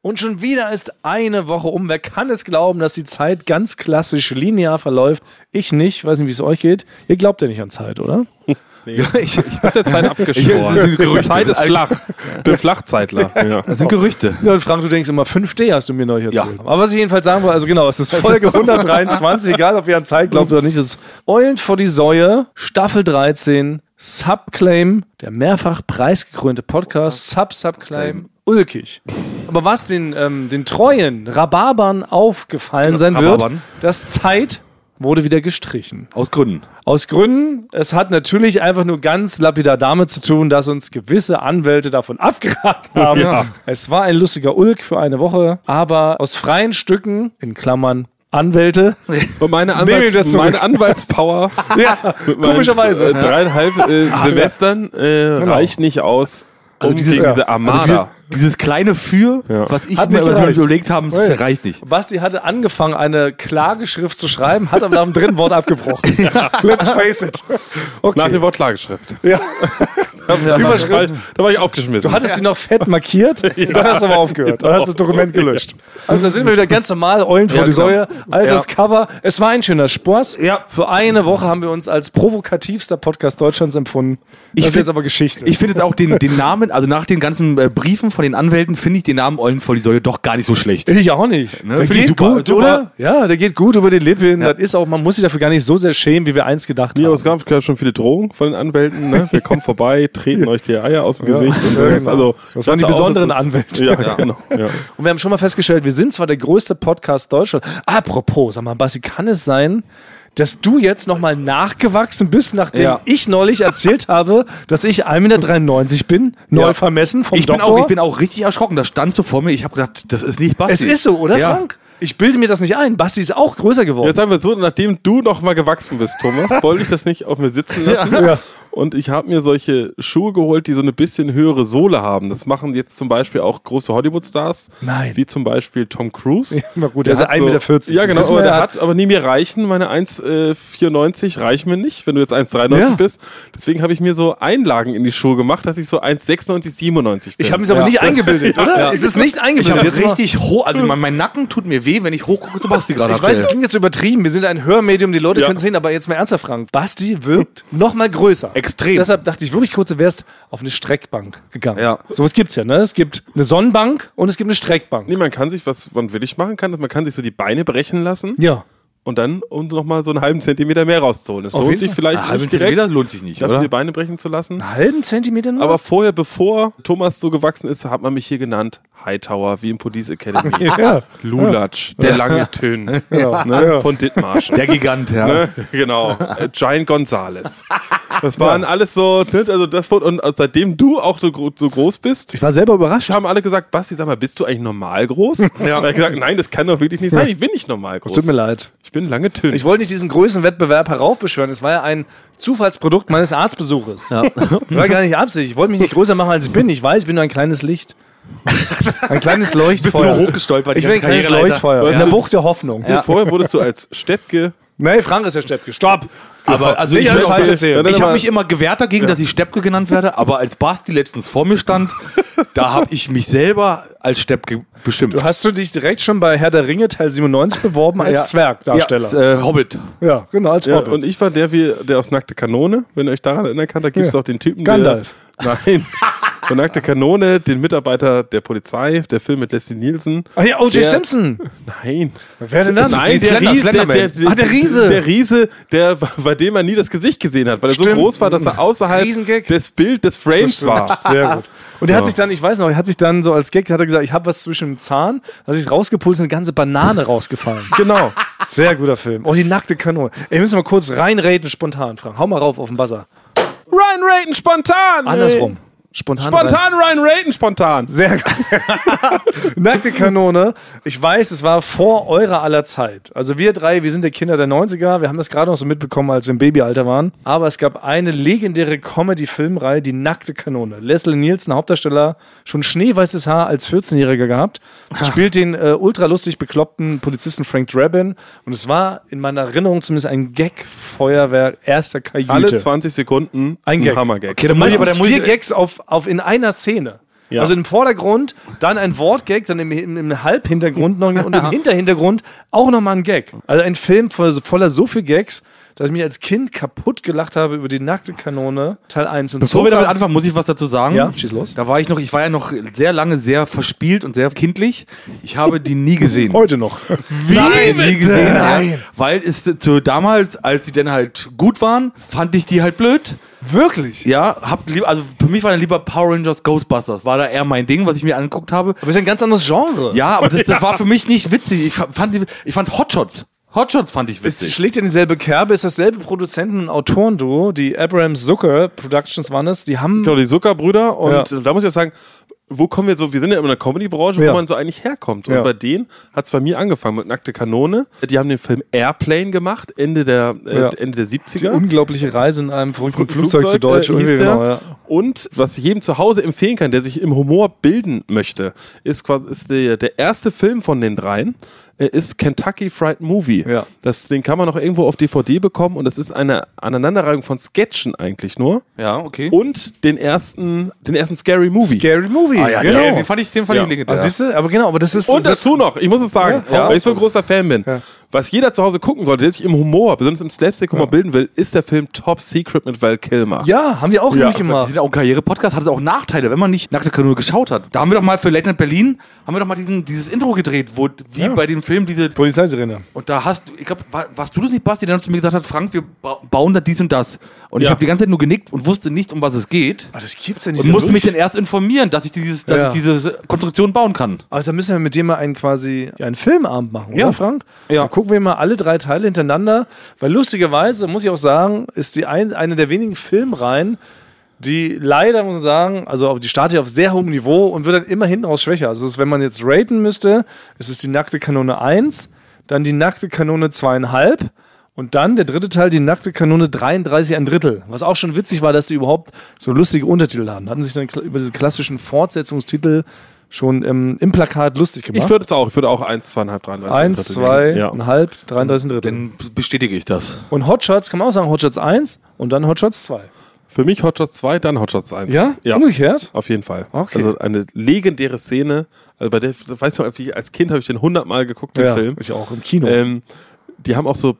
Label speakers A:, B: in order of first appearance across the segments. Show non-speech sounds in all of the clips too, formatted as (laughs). A: Und schon wieder ist eine Woche um. Wer kann es glauben, dass die Zeit ganz klassisch linear verläuft? Ich nicht. Weiß nicht, wie es euch geht. Ihr glaubt ja nicht an Zeit,
B: (laughs)
A: oder?
C: Ja, ich, ich,
B: Ich hab
A: (laughs)
B: der Zeit
C: Das
B: abgeschworen.
C: sind Gerüchte.
B: Zeit ist flach. Ich bin (laughs) Flachzeitler.
C: das sind Gerüchte.
A: Genau. Ja, und Frank, du denkst immer 5D hast du mir neulich erzählt. Aber was ich jedenfalls sagen wollte, also genau, es ist Folge
C: (laughs)
A: 123, egal ob ihr an Zeit glaubt oder nicht, es ist Eulen vor die Säue, Staffel 13, Subclaim, der mehrfach preisgekrönte Podcast, Sub-Subclaim, ulkig. Aber was den, ähm, den treuen Rhabarbern aufgefallen sein wird,
C: Genau, Rhabarbern.
A: das Zeit wurde wieder gestrichen.
C: Aus Gründen.
A: Aus Gründen, es hat natürlich einfach nur ganz lapidar damit zu tun, dass uns gewisse Anwälte davon (laughs) abgeraten haben.
C: Ja.
A: Es war ein lustiger Ulk für eine Woche, aber aus freien Stücken, in Klammern Anwälte,
B: Und meine,
A: Nehmen wir das
B: Anwalts
A: zurück.
B: meine Anwaltspower. (laughs)
A: ja,
B: mit meinen,
A: komischerweise.
B: Äh, dreieinhalb äh, Silvestern äh, reicht nicht aus, um
C: Also dieses-
B: gegen diese
C: ja.
B: Armada.
C: Also diese, dieses kleine Für,
B: Ja.
C: was ich
A: Hat
C: mir
A: nicht
C: was wir uns
A: gereicht.
C: überlegt haben, das reicht nicht.
A: Basti hatte angefangen, eine Klageschrift zu schreiben, hat aber nach dem dritten Wort abgebrochen. Let's face it. Okay.
B: Nach dem Wort (laughs) Klageschrift.
A: Ja.
B: Da war ich, da war ich aufgeschmissen.
A: Du hattest sie noch fett markiert, dann hast du aber aufgehört. Dann hast du das Dokument gelöscht. Also da sind wir wieder ganz normal, Eulen vor
B: Ja,
A: die
B: genau.
A: Säue, altes
B: Ja.
A: Cover. Es war ein schöner Spaß.
C: Ja.
A: Für eine Woche haben wir uns als provokativster Podcast Deutschlands empfunden. Das
C: Ich
A: ist
C: find-
A: jetzt aber Geschichte.
C: Ich finde jetzt auch den, den Namen, also nach den ganzen äh, Briefen von den Anwälten, finde ich den Namen Eulen vor die Säue doch gar nicht so schlecht.
A: Ich auch nicht.
C: Ne?
A: Der
C: Finde ich
A: geht
C: super,
A: gut,
C: super.
A: oder? Ja, der geht gut über die Lippen. Das ist auch, man muss sich dafür gar nicht so sehr schämen, wie wir eins gedacht
B: Ja, aber
A: haben.
B: es gab gab schon viele Drohungen von den Anwälten. Ne? Wir kommen vorbei, (laughs) treten euch die Eier aus dem Gesicht. Und so.
A: genau.
B: also,
A: Das waren die
B: ich dachte
A: besonderen
B: das ist-
A: Anwälte.
B: Ja, genau. Ja.
A: Und wir haben schon mal festgestellt, wir sind zwar der größte Podcast Deutschlands. Apropos, sag mal, Basti, kann es sein, dass du jetzt nochmal nachgewachsen bist, nachdem
C: Ja.
A: ich neulich erzählt habe, dass ich 1,93 Meter bin, neu
C: Ja.
A: vermessen vom
C: Ich bin,
A: Doktor?
C: auch, ich bin auch richtig erschrocken. Da stand so vor mir, ich habe gedacht, das ist nicht Basti.
A: es ist so, oder
C: ja.
A: Frank? Ich bilde mir das nicht ein. Basti ist auch größer geworden.
B: Jetzt haben wir es so, nachdem du noch mal gewachsen bist, Thomas,
A: (laughs)
B: wollte ich das nicht auf mir sitzen lassen. Und ich habe mir solche Schuhe geholt, die so eine bisschen höhere Sohle haben. Das machen jetzt zum Beispiel auch große Hollywood-Stars.
A: Nein.
B: Wie zum Beispiel Tom Cruise.
A: na gut, der ist
B: hat
A: 1,40
B: Ja,
A: Das
B: genau.
A: wissen
B: Aber
A: wir,
B: der
A: er
B: hat, aber nie mir reichen. Meine 1,94 reichen mir nicht, wenn du jetzt 1,93
A: Ja.
B: bist. Deswegen habe ich mir so Einlagen in die Schuhe gemacht, dass ich so 1,96, 97 bin.
A: Ich habe
C: äh,
A: mich aber nicht
C: (laughs)
A: eingebildet, oder? Es ist nicht
C: Ich
A: eingebildet.
C: habe jetzt richtig hoch, also mein, mein Nacken tut mir weh, wenn ich hochgucke zu Basti gerade.
A: Ich weiß, es
C: aktuell.
A: klingt jetzt übertrieben. Wir sind ein Hörmedium, die Leute
B: Ja.
A: können es sehen, aber jetzt mal ernsthaft fragen. Basti wirkt noch mal größer.
C: Extrem.
A: Deshalb dachte ich wirklich kurz, du wärst auf eine Streckbank gegangen.
C: Ja.
A: Sowas gibt's ja, ne? Es gibt eine Sonnenbank und es gibt eine Streckbank.
B: Nee, man kann sich, was man willig machen kann, ist, man kann sich so die Beine brechen lassen.
A: Ja.
B: Und dann, um nochmal so einen halben Zentimeter mehr rauszuholen. Das
A: Auf
B: lohnt
A: jeden
B: sich
A: Fall.
B: vielleicht
C: Einen halben
B: nicht direkt.
C: Zentimeter lohnt sich nicht,
B: Dafür
C: oder?
B: die Beine brechen zu lassen.
A: Einen halben Zentimeter nur?
B: Aber vorher, bevor Thomas so gewachsen ist, hat man mich hier genannt Hightower, wie im Police Academy.
A: (laughs) ja. genau,
B: Lulatsch, der lange Tön ne?
A: (laughs)
B: von Dithmarschen.
C: (laughs) Der Gigant, ja.
B: Ne? Genau. Äh, Giant Gonzales. Das waren alles so, ne? also das wurde, und seitdem du auch so, gro- so groß bist,
A: Ich war selber überrascht.
B: haben alle gesagt, Basti, sag mal, bist du eigentlich normal groß? Ja. Und er hat gesagt, nein, das kann doch wirklich nicht sein. Ich bin nicht normal groß.
A: Tut mir leid.
B: Ich bin lange Tön.
A: Ich wollte nicht diesen Größenwettbewerb heraufbeschwören. Es war ja ein Zufallsprodukt meines Arztbesuches. (laughs) War gar nicht Absicht. Ich wollte mich nicht größer machen, als ich bin. Ich weiß, ich bin nur ein kleines Licht. Ein kleines Leuchtfeuer.
C: nur hochgestolpert,
A: Ich
C: die
A: bin ein
C: ganze
A: kleines
C: Karriere,
A: Leuchtfeuer.
B: Alter.
A: In der Bucht der Hoffnung.
B: Ja. Vorher wurdest du als Steppke.
A: Nee, Frank ist der Steppke. Stopp!
C: Aber also
A: Ich
C: ich,
A: hab's falsch
C: ich,
A: erzählt.
C: ich habe mich immer gewehrt dagegen, dass ich Steppke genannt werde, aber als Basti letztens vor mir stand,
A: (laughs)
C: da habe ich mich selber als Steppke bestimmt.
A: Du hast du dich direkt schon bei Herr der Ringe Teil 97 beworben als Zwergdarsteller.
C: Ja, äh, Hobbit.
A: Ja, genau, als
B: Ja,
A: Hobbit.
B: und ich war der, wie, der aus Nackte Kanone, wenn ihr euch daran erinnern könnt, da gibt es
A: Ja.
B: auch den Typen,
A: Gandalf.
B: der... (laughs) Nein. Von Nackte Kanone, den Mitarbeiter der Polizei, der Film mit Leslie Nielsen.
A: Ach ja, O.J.
B: Der-
A: Simpson.
B: Nein.
A: Wer denn dann?
B: Nein,
C: Slender-
B: der, Ries, der,
C: Slenderman.
B: der, der,
A: Ach, Ah, der Riese.
B: Der Riese, der, bei dem man nie das Gesicht gesehen hat, weil er so
A: Stimmt. Mhm.
B: groß war, dass er außerhalb
A: Riesengag.
B: des Bild, des Frames war.
A: Sehr gut. Und der hat
B: Ja.
A: sich dann, ich weiß noch, er hat sich dann so als Gag, hat er gesagt, ich habe was zwischen dem Zahn, hat sich rausgepult, ist eine ganze Banane rausgefallen.
B: Genau.
A: Sehr guter Film. Oh, die nackte Kanone. Ey, müssen wir mal kurz reinreden, spontan, Frank. Hau mal rauf auf den Buzzer.
B: Ryan Rayton spontan.
A: Andersrum.
B: Ey.
A: Spontan. rein.
B: Spontan Ryan Rayton spontan.
A: Sehr gut. (laughs) Nackte Kanone. Ich weiß, es war vor eurer aller Zeit. Also wir drei, wir sind ja Kinder der 90er. Wir haben das gerade noch so mitbekommen, als wir im Babyalter waren. Aber es gab eine legendäre Comedy-Filmreihe, die Nackte Kanone. Leslie Nielsen, Hauptdarsteller, schon schneeweißes Haar als 14-Jähriger gehabt, spielt den äh, ultralustig bekloppten Polizisten Frank Drabin. Und es war in meiner Erinnerung zumindest ein Gag-Feuerwerk erster Kajüte.
B: Alle 20 Sekunden
A: Ein Gag.
B: Hammergag.
A: Okay, dann muss ich aber
C: dann muss
A: vier
C: ich-
A: Gags auf, auf in einer Szene.
B: Ja.
A: Also im Vordergrund, dann ein Wortgag, dann im, im, im Halbhintergrund noch und (laughs) im Hinterhintergrund auch nochmal ein Gag. Also ein Film voll, voller so viel Gags, dass ich mich als Kind kaputt gelacht habe über die nackte Kanone, Teil 1 und
C: Bevor
A: so
C: wir damit
A: kam-
C: anfangen, muss ich was dazu sagen.
A: Ja, schieß los.
C: Da war ich noch, ich war ja noch sehr lange sehr verspielt und sehr kindlich. Ich habe die nie gesehen.
A: Heute noch. (laughs)
C: Wie? Nein, nie gesehen.
A: Oh, Nein.
C: Weil es zu damals, als die dann halt gut waren, fand ich die halt blöd.
A: Wirklich?
C: Ja, hab lieb, also für mich war dann lieber Power Rangers Ghostbusters. War da eher mein Ding, was ich mir angeguckt habe.
A: Aber ist ja ein ganz anderes Genre.
C: (laughs) Ja, aber das, das war für mich nicht witzig. Ich fa- fand, die- ich fand Hotshots. Hotshots fand ich
A: Es
C: witzig.
A: schlägt in dieselbe Kerbe, ist dasselbe Produzenten- und Autorenduo, die Abraham Zucker Productions waren es, die haben
B: Genau, die Zuckerbrüder. Und
A: Hm. Ja.
B: da muss ich auch sagen, wo kommen wir so? Wir sind ja immer in der Comedy-Branche,
A: Ja.
B: wo man so eigentlich herkommt. Und
A: Ja.
B: bei denen hat es bei mir angefangen mit Nackte Kanone. Die haben den Film Airplane gemacht, Ende der, äh,
A: Ja.
B: Ende der 70er.
A: die unglaubliche Reise in einem verrückten
B: Flugzeug,
A: Flugzeug, zu Deutsch.
B: äh, hieß
A: irgendwie,
B: der.
A: genau, ja.
B: Und was ich jedem zu Hause empfehlen kann, der sich im Humor bilden möchte, ist quasi ist der, der erste Film von den dreien, äh, ist Kentucky Fried Movie.
A: Ja.
B: Das, den kann man noch irgendwo auf DVD bekommen und das ist eine Aneinanderreihung von Sketchen eigentlich nur.
C: Ja, okay.
B: Und den ersten, den ersten Scary Movie.
A: Scary Movie.
C: Ah, ja,
A: genau.
C: den, den fand ich, den fand
B: Ja.
C: ich legendär.
A: Ah, siehst du? Aber genau, aber das ist.
B: und dazu noch, ich muss es sagen,
A: Ja, ja.
B: weil ich so ein großer Fan bin. Was jeder zu Hause gucken sollte, der sich im Humor, besonders im Slapstick-Humor bilden will, ist der Film Top Secret mit Val Kilmer.
A: ja, haben wir auch
B: Ja,
A: nämlich gemacht.
C: Hat auch einen Karriere-Podcast, hat es auch Nachteile, wenn man nicht nach der Kanone geschaut hat. Da haben wir doch mal für Late Night Berlin, haben wir doch mal diesen, dieses Intro gedreht, wo, wie bei dem Film diese,
A: Polizeisirene.
C: und da hast du, ich glaube, war, warst du das nicht, Basti, der dann zu mir gesagt hat, Frank, wir ba bauen da dies und das. Und ich
B: Ja.
C: habe die ganze Zeit nur genickt und wusste nicht, um was es geht.
A: Aber Ah, das gibt's ja nicht.
C: Und musste mich dann erst informieren, dass ich dieses, dass
A: Ja.
C: ich diese Konstruktion bauen kann.
A: also da müssen wir mit dir mal einen quasi ja, einen Filmabend machen,
C: Ja.
A: oder Frank?
C: Ja.
A: Dann gucken wir mal alle drei Teile hintereinander, weil lustigerweise muss ich auch sagen, ist die ein, eine der wenigen Filmreihen, die leider muss man sagen, also auf- die startet ja auf sehr hohem Niveau und wird dann immer hinten raus schwächer. Also es ist, wenn man jetzt raten müsste, es ist die nackte Kanone 1, dann die nackte Kanone 2,5 und dann der dritte Teil die nackte Kanone 33 ein Drittel. Was auch schon witzig war, dass sie überhaupt so lustige Untertitel hatten. Hatten sich dann kla- über diese klassischen Fortsetzungstitel schon ähm, im Plakat lustig
B: Ich
A: gemacht.
B: würde es auch, ich würde auch eins, zweieinhalb, drei, drei,
A: Eins,
B: drei,
A: zwei,
B: ja.
A: ein halb, 33 ein Drittel.
C: Dann bestätige ich das.
A: Und Hotshots kann man auch sagen, Hotshots 1 und dann Hotshots 2.
B: Für mich Hot Shots 2, dann Hot Shots 1. Ja.
A: Umgekehrt?
B: Auf jeden Fall.
A: Okay.
B: Also eine legendäre Szene. Also bei der, weißt du, als ich- als Kind habe ich den hundertmal geguckt, den
A: ja,
B: Film.
A: Ich auch im Kino.
B: Ähm, die haben auch so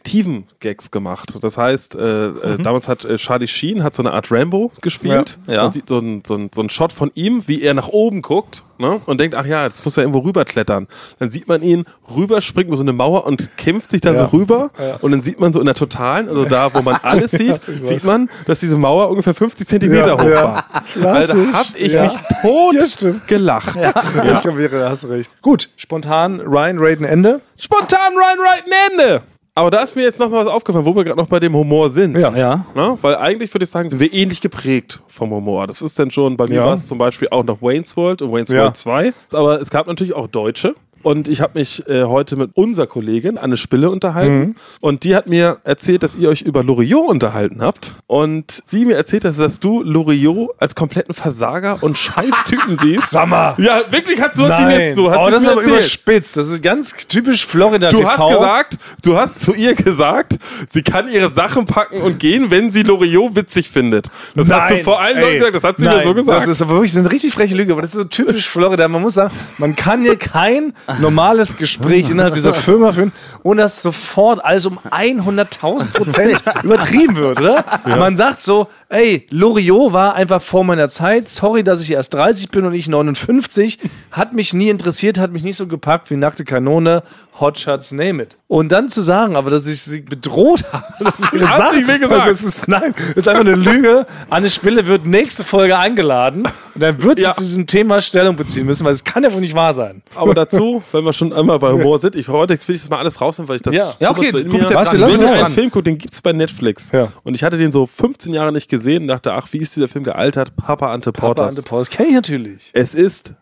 B: Perspektiven-Gags gemacht. Das heißt, äh,
A: Mhm.
B: äh, damals hat äh, Charlie Sheen hat so eine Art Rambo gespielt.
C: Ja. Ja.
B: Man sieht so einen so ein- so ein Shot von ihm, wie er nach oben guckt ne? und denkt, ach ja, jetzt muss er irgendwo rüberklettern. Dann sieht man ihn rüberspringen über so eine Mauer und kämpft sich da
A: Ja.
B: so rüber. Und dann sieht man so in der totalen, also da, wo man
A: (laughs)
B: alles sieht, sieht man, dass diese Mauer ungefähr 50 Zentimeter
A: Ja.
B: hoch
A: Ja.
B: war. Also
A: Klassisch.
B: da hab ich
A: Ja.
B: mich tot
A: Ja, stimmt.
B: gelacht. (laughs)
A: Ja. Ich glaube, da hast du recht. Gut, spontan Ryan Raiden Ende.
B: spontan Ryan Wright ein Ende. Aber da ist mir jetzt noch mal was aufgefallen, wo wir gerade noch bei dem Humor sind.
A: Ja.
C: Ja.
B: Na, weil eigentlich würde ich sagen, sind wir ähnlich geprägt vom Humor. Das ist dann schon, bei mir
A: Ja.
B: war es zum Beispiel auch noch Wayne's World und Wayne's
A: Ja.
B: World 2. Aber es gab natürlich auch Deutsche. Und ich habe mich äh, heute mit unserer Kollegin Anne Spille unterhalten.
A: Mhm.
B: Und die hat mir erzählt, dass ihr euch über Loriot unterhalten habt. Und sie mir erzählt, dass, dass du Loriot als kompletten Versager und Scheißtypen (laughs) siehst.
A: Sommer.
B: Ja, wirklich hat so hat sie mir jetzt so. Hat
A: oh,
B: sie
A: das ist
B: mir
A: aber
B: erzählt.
A: überspitzt. Das ist ganz typisch Florida
B: Du
A: TV.
B: hast gesagt, du hast zu ihr gesagt, sie kann ihre Sachen packen und gehen, wenn sie Loriot witzig findet. Das hast du
A: Nein,
B: vor allen
A: ey.
B: Leuten gesagt, das hat sie
A: Nein,
B: mir so gesagt.
A: Das ist aber wirklich so eine richtig freche Lüge, aber das ist so typisch Florida. Man muss sagen, man kann hier kein normales Gespräch innerhalb dieser Firma führen, ohne dass sofort alles um 100.000
B: (laughs)
A: Prozent übertrieben wird, oder? Man sagt so, ey, Loriot war einfach vor meiner Zeit, sorry, dass ich erst 30 bin und ich 59, hat mich nie interessiert, hat mich nicht so gepackt wie nackte Kanone, Hotshots, name it. Und dann zu sagen, aber dass ich sie bedroht habe, (laughs) dass ich ihre
B: Hat sie mir gesagt.
A: Also, es ist, nein, (laughs) das ist einfach eine Lüge. Anne Spille wird nächste Folge eingeladen und dann wird sie
B: Ja.
A: zu diesem Thema Stellung beziehen müssen, weil es kann ja wohl nicht wahr sein.
B: aber dazu, wenn wir schon einmal bei Humor sind, ich heute will ich das mal alles rausnehmen, weil ich das
A: Ja.
B: super
C: Ja, okay,
B: zu in
C: du
B: mir-
C: guckst jetzt
A: Weißt du, lass
C: dran.
B: Wenn
A: uns
B: ich
A: dran.
B: einen Film gucke, den gibt's bei Netflix.
A: Ja.
B: Und ich hatte den so 15 Jahre nicht gesehen und dachte, ach, wie ist dieser Film gealtert? Papa Ante
A: Aber
B: Portas.
A: Ante Paul, das kenne ich natürlich.
B: es ist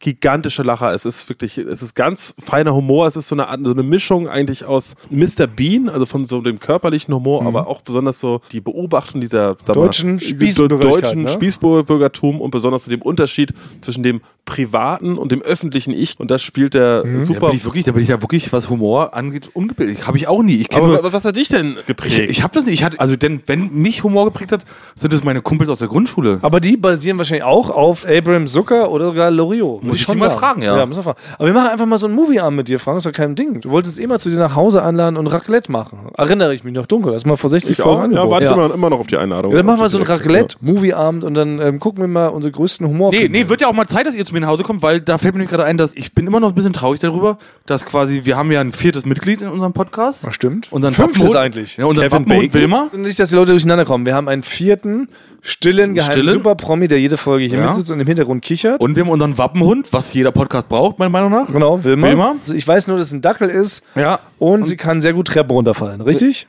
B: gigantischer Lacher. Es ist wirklich, es ist ganz feiner Humor. Es ist so eine, Art- so eine Mischung eigentlich aus Mr. Bean, also von so dem körperlichen Humor, aber auch besonders so die Beobachtung dieser sag mal,
A: Mhm. Deutschen
B: de-
A: Spießbürgerlichkeit,
B: deutschen
A: ne?
B: Spießbürgertum und besonders zu dem Unterschied zwischen dem privaten und dem öffentlichen Ich. Und das spielt der
A: Mhm.
C: Da
B: super.
C: bin ich wirklich, da bin ich ja wirklich, was Humor angeht, ungebildet. Habe ich auch nie. Ich kenne
B: aber
C: nur-
B: wa- was hat dich denn
C: Ich,
B: geprägt?
C: ich habe das nicht. Ich hatte, also denn, wenn mich Humor geprägt hat, sind es meine Kumpels aus der Grundschule.
A: Aber die basieren wahrscheinlich auch auf Abraham Zucker oder sogar Loriot.
C: ich die mal fragen, ja.
A: ja müssen wir fragen. Aber wir machen einfach mal so einen Movieabend mit dir, Frank. Ist doch kein Ding. Du wolltest eh mal zu dir nach Hause einladen und Raclette machen. Erinnere ich mich noch dunkel. Das ist mal vor 60 Folgen
B: ja,
A: angeboten.
B: warte
A: Ja.
B: Immer, immer noch auf die Einladung.
A: Ja, dann machen wir so einen
B: Auf die direkte,
A: Raclette-Movieabend und dann ähm, gucken wir mal unsere größten Humor.
C: Nee, nee, wird ja auch mal Zeit, dass ihr zu mir nach Hause kommt, weil da fällt mir nämlich gerade ein, dass ich bin immer noch ein bisschen traurig darüber, dass quasi, wir haben ja ein viertes Mitglied in unserem Podcast.
A: Das stimmt.
C: Unseren
A: Fünftes
C: Wappenhund-
A: eigentlich.
C: Ja, unseren
B: Kevin
C: Wappenhund
B: Bacon.
C: Wilmer.
A: Nicht, dass die Leute durcheinander kommen. Wir haben einen vierten, stillen, geheimen
C: Stillen?
A: Super-Promi, der jede Folge hier
C: Ja.
A: mitsitzt und im Hintergrund kichert.
C: Und wir haben unseren Wappenhund, was jeder Podcast braucht, meiner Meinung nach.
A: genau, Wilma.
C: Wilma?
A: Also ich weiß nur, dass es ein Dackel ist
C: Ja.
A: und, sie kann sehr gut Treppen runterfallen, richtig?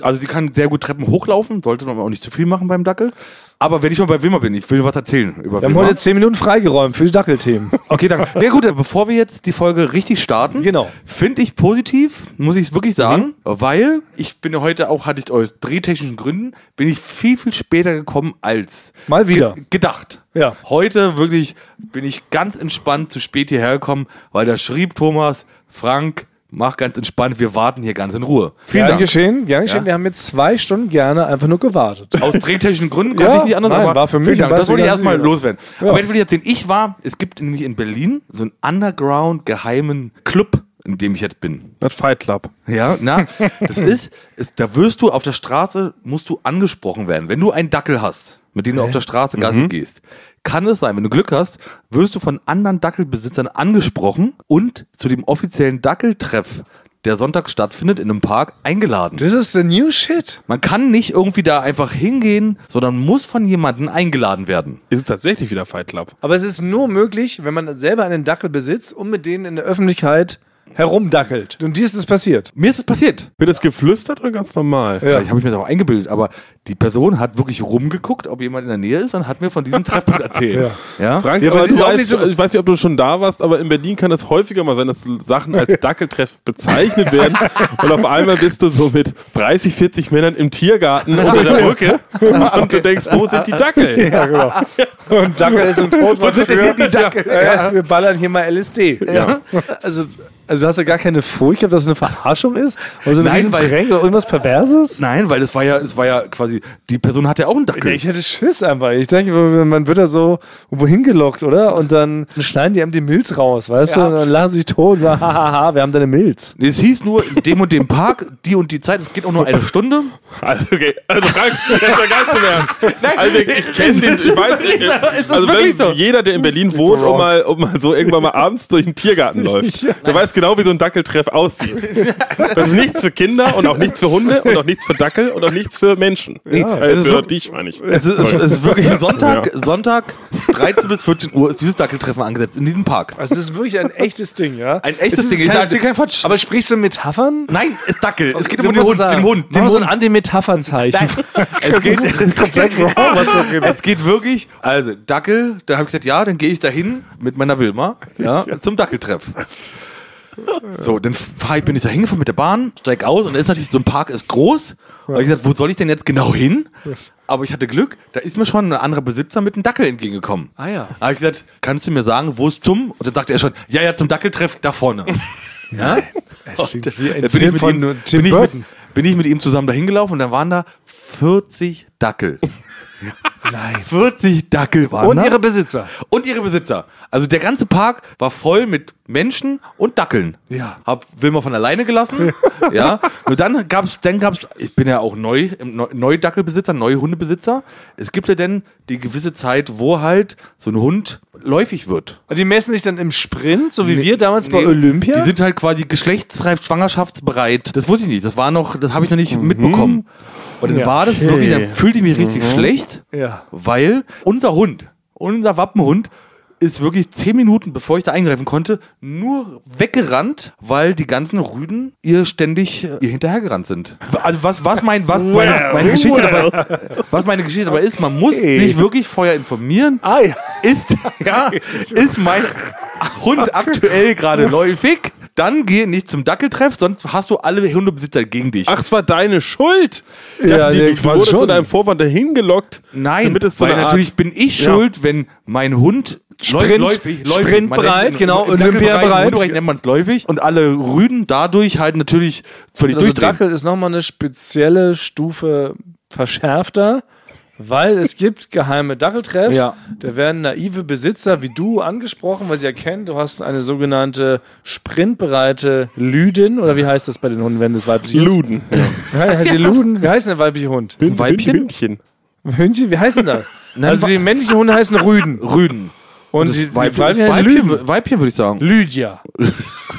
C: Also sie kann sehr gut Treppen hochlaufen, sollte man auch nicht zu viel machen beim Dackel. Aber wenn ich schon bei Wilmer bin, ich will was erzählen über
A: Wir haben heute 10 Minuten freigeräumt für die Dackelthemen.
C: Okay, danke. Na gut, dann bevor wir jetzt die Folge richtig starten,
A: Genau.
C: finde ich positiv, muss ich es wirklich sagen, weil Mhm. ich bin ja heute auch, hatte ich aus drehtechnischen Gründen, bin ich viel, viel später gekommen als
A: Mal wieder.
C: ge- gedacht.
A: Ja.
C: Heute wirklich bin ich ganz entspannt zu spät hierher gekommen, weil da schrieb Thomas, Frank, mach ganz entspannt, wir warten hier ganz in Ruhe. (laughs) Vielen
A: Gern
C: Dank.
A: geschehen, gern geschehen.
C: Ja.
A: Wir haben jetzt zwei Stunden gerne einfach nur gewartet.
C: Aus drehtechnischen Gründen konnte
A: Ja,
C: ich nicht anders,
A: nein, war für mich
C: vielen Dank.
A: ein
C: Das wollte ich
A: ganz
C: erstmal
A: sicher.
C: loswerden.
A: Ja.
C: Aber jetzt will ich erzählen, ich war, es gibt nämlich in Berlin so einen Underground-geheimen Club, in dem ich jetzt bin.
B: Das Fight Club.
C: Ja, na, das ist, ist, da wirst du auf der Straße, musst du angesprochen werden. Wenn du einen Dackel hast, mit dem du auf der Straße Gassi
A: Mhm.
C: gehst, kann es sein, wenn du Glück hast, wirst du von anderen Dackelbesitzern angesprochen und zu dem offiziellen Dackeltreff, der sonntags stattfindet, in einem Park eingeladen.
A: This is the new shit.
C: Man kann nicht irgendwie da einfach hingehen, sondern muss von jemandem eingeladen werden.
B: Ist es tatsächlich wieder Fight Club?
A: Aber es ist nur möglich, wenn man selber einen Dackel besitzt und mit denen in der Öffentlichkeit herumdackelt. Und dir ist es passiert.
C: Mir ist das passiert.
B: Wird das geflüstert oder ganz normal?
C: Vielleicht habe ich mir das auch eingebildet, aber die Person hat wirklich rumgeguckt, ob jemand in der Nähe ist und hat mir von diesem Treffpunkt (laughs) erzählt. ja.
B: Frank,
A: Ja, aber
B: aber
A: es ist
B: du
A: auch
B: weißt,
A: nicht so-
B: ich weiß nicht, ob du schon da warst, aber in Berlin kann es häufiger mal sein, dass Sachen (laughs) als Dackeltreff bezeichnet werden und auf einmal bist du so mit 30, 40 Männern im Tiergarten (laughs) unter der Brücke und du denkst, wo sind die Dackel?
A: Ja, genau. Und Dackel ist ein Codewort für die Dackel. Äh, wir ballern hier mal LSD.
C: Ja.
A: Also, also hast du gar keine Furcht, gehabt, dass es eine Verarschung ist? Oder so eine
C: Nein,
A: riesen
C: weil-
A: Prank oder irgendwas Perverses?
C: (laughs) Nein, weil das war ja, es war ja quasi, die Person hat ja auch einen Dackel.
A: Ich hätte Schiss einfach. Ich denke, man wird da so wohin gelockt, oder? Und dann schneiden die einem die Milz raus, weißt
C: Ja.
A: du? Und dann lachen sie sich tot. Hahaha, wir haben deine Milz.
C: Es hieß nur, in dem und dem Park, die und die Zeit, es geht auch nur eine Stunde.
B: Also, okay, also Frank, das ist ja ganz im Ernst.
C: Nein,
B: Also, ich kenne den, ich weiß nicht. Also, wenn jeder, der in Berlin wohnt und mal, und mal so irgendwann mal abends durch den Tiergarten läuft, der weiß genau, wie so ein Dackeltreff aussieht. Das ist nichts für Kinder und auch nichts für Hunde und auch nichts für Dackel und auch nichts für Menschen.
C: es
B: Also
C: ist
B: für
C: so-
B: dich, meine ich.
C: Es ist, es ist wirklich Sonntag,
B: Ja.
C: Sonntag, 13 bis 14 Uhr ist dieses Dackeltreffen angesetzt in diesem Park.
A: Also, das ist wirklich ein echtes Ding, ja?
C: Ein echtes
A: Es ist
C: Ding, ich
A: Kein,
C: sag dir keinen Quatsch.
A: Aber sprichst du in Metaphern?
C: Nein, es ist Dackel. Es geht
A: Du
C: um den
A: musst
C: Hund,
A: sagen,
C: den Hund,
A: Mach
C: den
A: mal so
C: Hund.
A: ein Anti-Metapher-Zeichen.
C: (laughs) Es geht komplett wrong,
A: was du redest.
C: Es geht wirklich. Also, Dackel, da habe ich gesagt, ja, dann gehe ich dahin mit meiner Wilma ja, zum Dackeltreff. So, dann fahr ich, bin ich da hingefahren mit der Bahn, steig aus und da ist natürlich, so ein Park ist groß. Und ich gesagt, wo soll ich denn jetzt genau hin? Aber ich hatte Glück, da ist mir schon ein anderer Besitzer mit einem Dackel entgegengekommen.
A: Ah ja.
C: Da habe ich gesagt, kannst du mir sagen, wo es zum? Und dann sagte er schon, ja, ja, zum Dackeltreff da vorne. ja?
A: Es klingt wie ein
C: Da bin ich,
A: Film
C: mit
A: von
C: ihm,
A: Tim
C: bin, ich mit,
A: Burton.
C: bin ich mit ihm zusammen dahin gelaufen und da waren da 40 Dackel. (laughs) Nein. 40 Dackel waren
A: Und
C: da.
A: ihre Besitzer.
C: und ihre Besitzer. Also der ganze Park war voll mit Menschen und Dackeln.
A: Ja.
C: Hab Wilma von alleine (laughs) gelassen. ja. Nur dann gab's, dann gab's, ich bin ja auch neu, im Neu- Neu-Dackelbesitzer, Neu-Hundebesitzer. Es gibt ja denn die gewisse Zeit, wo halt so ein Hund läufig wird.
A: Und Also die messen sich dann im Sprint, so wie
C: Nee,
A: wir damals bei
C: nee,
A: Olympia?
C: Die sind halt quasi geschlechtsreif, schwangerschaftsbereit. Das wusste ich nicht. Das war noch, das habe ich noch nicht
A: Mhm.
C: mitbekommen. Und dann
A: Ja.
C: war das wirklich, dann fühlte ich mich richtig schlecht,
A: Mhm. Ja.
C: weil unser Hund, unser Wappenhund, ist wirklich zehn Minuten, bevor ich da eingreifen konnte, nur weggerannt, weil die ganzen Rüden ihr ständig äh, ihr hinterhergerannt sind. Also was, was mein, was meine, meine Geschichte dabei, was meine Geschichte dabei ist, man muss sich wirklich vorher informieren.
A: Ah, ja.
C: Ist, (laughs) ja, ist mein Hund aktuell gerade läufig? Dann geh nicht zum Dackeltreff, sonst hast du alle Hundebesitzer gegen dich.
B: Ach, es war deine Schuld. Ich
A: Ja,
B: dachte,
A: nee,
B: du, du
A: quasi
B: wurdest
A: schon.
B: unter einem Vorwand dahin gelockt.
C: Nein,
B: damit es so
C: weil
B: eine Art-
C: natürlich bin ich
B: Ja.
C: schuld, wenn mein Hund
A: Sprint- sprintbereit, genau, Olympiabereit.
C: Olympiabereit nennt man es läufig und alle Rüden dadurch halt natürlich völlig
A: Also
C: durchdrehen.
A: Dackel ist nochmal eine spezielle Stufe verschärfter, weil es gibt geheime Dackeltreffs.
C: Ja.
A: Da werden naive Besitzer wie du angesprochen, weil sie erkennen, du hast eine sogenannte sprintbereite Lüdin oder wie heißt das bei den Hunden, wenn das weiblich ist?
B: Luden.
A: (laughs) Ja, heißt die Luden? Wie heißt denn der weibliche Hund?
B: Hündchen,
C: Weibchen?
B: Hündchen.
A: Hündchen? Wie heißt denn das? also die männlichen Hunde heißen Rüden.
C: Rüden.
A: Und
C: Das
A: die, die
C: Weibchen,
A: weiblichen heißen Lüden.
C: Weibchen, Weibchen würde ich sagen.
A: Lydia.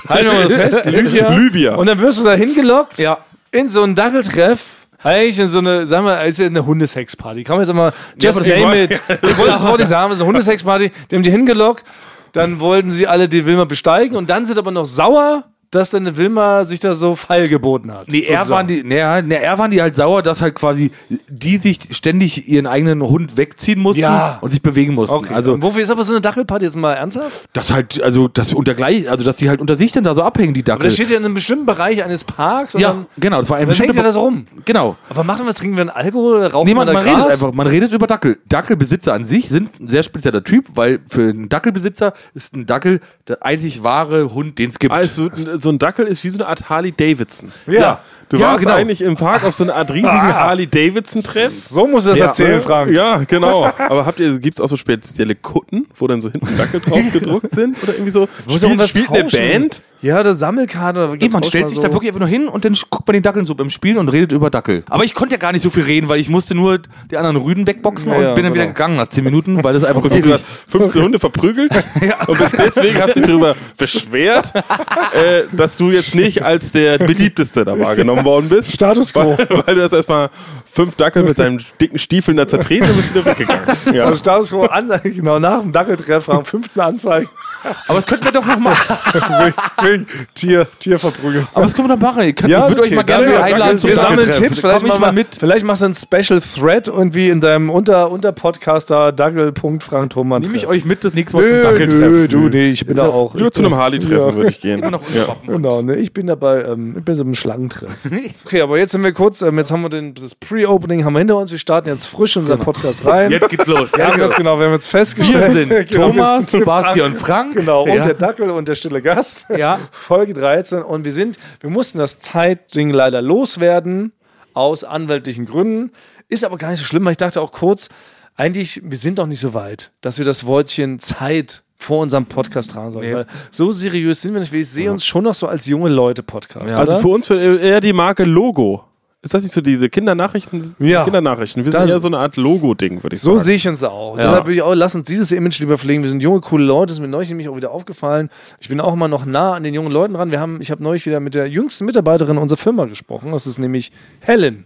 A: Halten wir mal (laughs) fest, Lydia.
B: Lydia.
A: Und dann wirst du da hingelockt in so einen Dackeltreff. Eigentlich in so eine, sagen wir, ist ja eine Hundesexparty. Kann man jetzt immer, just
B: aber die
A: name
B: wollen-
A: it. Ich wollte das Wort nicht sagen, es ist eine Hundesexparty. Die haben die hingelockt, dann wollten sie alle die Wilma besteigen und dann sind aber noch sauer, dass dann eine Wilma sich da so feil geboten hat.
C: Nee, er
A: sozusagen.
C: waren, die, nee, ja, nee, er waren die halt sauer, dass halt quasi die sich ständig ihren eigenen Hund wegziehen mussten
A: Ja.
C: und sich bewegen mussten.
A: Okay. Also,
C: Also
A: und wofür ist aber so eine Dackelparty jetzt mal ernsthaft?
C: das halt, also das unter gleich, also dass die halt unter sich dann da so abhängen, die
A: Aber das
C: Dackel.
A: steht ja in einem bestimmten Bereich eines Parks und
C: Ja,
A: dann,
C: genau, das war ein
A: dann hängt ja das rum.
C: Genau.
A: Aber machen wir, trinken wir einen Alkohol oder rauchen
C: Niemand,
A: wir da
C: man
A: Gras?
C: redet einfach, man redet über Dackel. Dackelbesitzer an sich sind ein sehr spezieller Typ, weil für einen Dackelbesitzer ist ein Dackel der einzig wahre Hund, den es gibt.
B: Also so ein Dackel ist wie so eine Art Harley Davidson.
A: Ja. Ah.
B: Du
C: Ja,
B: warst
C: genau.
B: eigentlich im Park auf so eine Art riesigen Harley Davidson Treff.
A: So muss das erzählen, Frank.
B: Ja,
A: (laughs)
B: genau. Aber habt ihr, gibt's auch so spezielle Kutten, wo dann so hinten Dackel
A: (laughs)
B: drauf gedruckt sind oder irgendwie so?
A: Muss auch
B: Spielt,
A: was
B: spielt eine
A: tauschen. (laughs)
B: Band?
A: Ja, das Sammelkarte oder
C: Eben, man stellt sich da wirklich einfach nur hin und dann sch- guckt man den Dackeln so beim Spielen und redet über Dackel. Aber ich konnte ja gar nicht so viel reden, weil ich musste nur die anderen Rüden wegboxen und
A: ja,
C: bin dann
A: genau.
C: wieder gegangen nach 10 Minuten, weil
A: (laughs)
C: das einfach
B: Okay, du
C: wirklich-
B: hast 15 Hunde verprügelt und bist deswegen hast du dich darüber beschwert, äh, dass du jetzt nicht als der beliebteste da wahrgenommen worden bist.
A: Status quo.
B: Weil du hast erstmal fünf
A: (laughs)
B: Dackel mit deinen dicken Stiefeln da zertreten und bist wieder weggegangen. Ja.
A: Also Status quo an, (laughs) genau nach dem Dackeltreffer haben 15 Anzeigen. (laughs)
C: Aber das könnten wir doch noch mal.
A: Tier, Tierverprügel.
C: Aber das können wir doch machen. Ich, kann,
A: Ja,
C: ich würde euch
A: okay,
C: mal gerne
A: dann-
C: einladen zum
A: Wir sammeln
C: Dackeltreff.
A: Tipps,
C: Komm
A: vielleicht,
C: ich
A: machen
C: mal
A: wir,
C: mit.
A: vielleicht machst du einen Special Thread irgendwie in deinem Unter Unterpodcaster Dackel.frank-thomann.
C: Nehme ich euch mit das nächste Mal zum
A: Nö,
C: Dackeltreff.
A: nö, du, nee, ich bin da auch.
B: Nur zu einem Harley-Treffen würde ich gehen.
C: Noch unterpappen.
A: Genau, ne, ich bin dabei, ähm, ich bin so im
C: (laughs)
A: Schlangentreffen. Okay, aber jetzt sind wir kurz, ähm, jetzt haben wir den, das Pre-Opening haben wir hinter uns, wir starten jetzt frisch in unseren Podcast rein.
C: Genau. Jetzt geht's los.
A: Ja, ganz genau, wir haben jetzt
C: Wir
A: festgestellt. (laughs)
C: sind
A: Genau, wir
C: Thomas,
A: sind
C: Sebastian, Frank.
A: Genau, und
C: ja.
A: der Dackel und der stille Gast.
C: Ja.
A: (laughs) Folge 13. Und wir sind, wir mussten das Zeitding leider loswerden, aus anwaltlichen Gründen. Ist aber gar nicht so schlimm, weil ich dachte auch kurz, eigentlich, wir sind doch nicht so weit, dass wir das Wortchen Zeit vor unserem Podcast tragen sollen. Weil so seriös sind wir nicht. Ich sehe uns schon noch so als junge Leute Podcast. Ja.
B: Also für uns wird eher die Marke Logo. Ist das nicht so diese Kindernachrichten?
A: Ja.
B: Kindernachrichten. Wir
A: Das-
B: sind eher so eine Art Logo-Ding, würde ich
A: So
B: sagen.
A: sehe ich uns auch. Deshalb würde ich auch, lass uns dieses Image lieber pflegen. Wir sind junge, coole Leute. Das ist mir neulich nämlich auch wieder aufgefallen. Ich bin auch immer noch nah an den jungen Leuten ran. Wir haben, ich habe neulich wieder mit der jüngsten Mitarbeiterin unserer Firma gesprochen. Das ist nämlich Helen.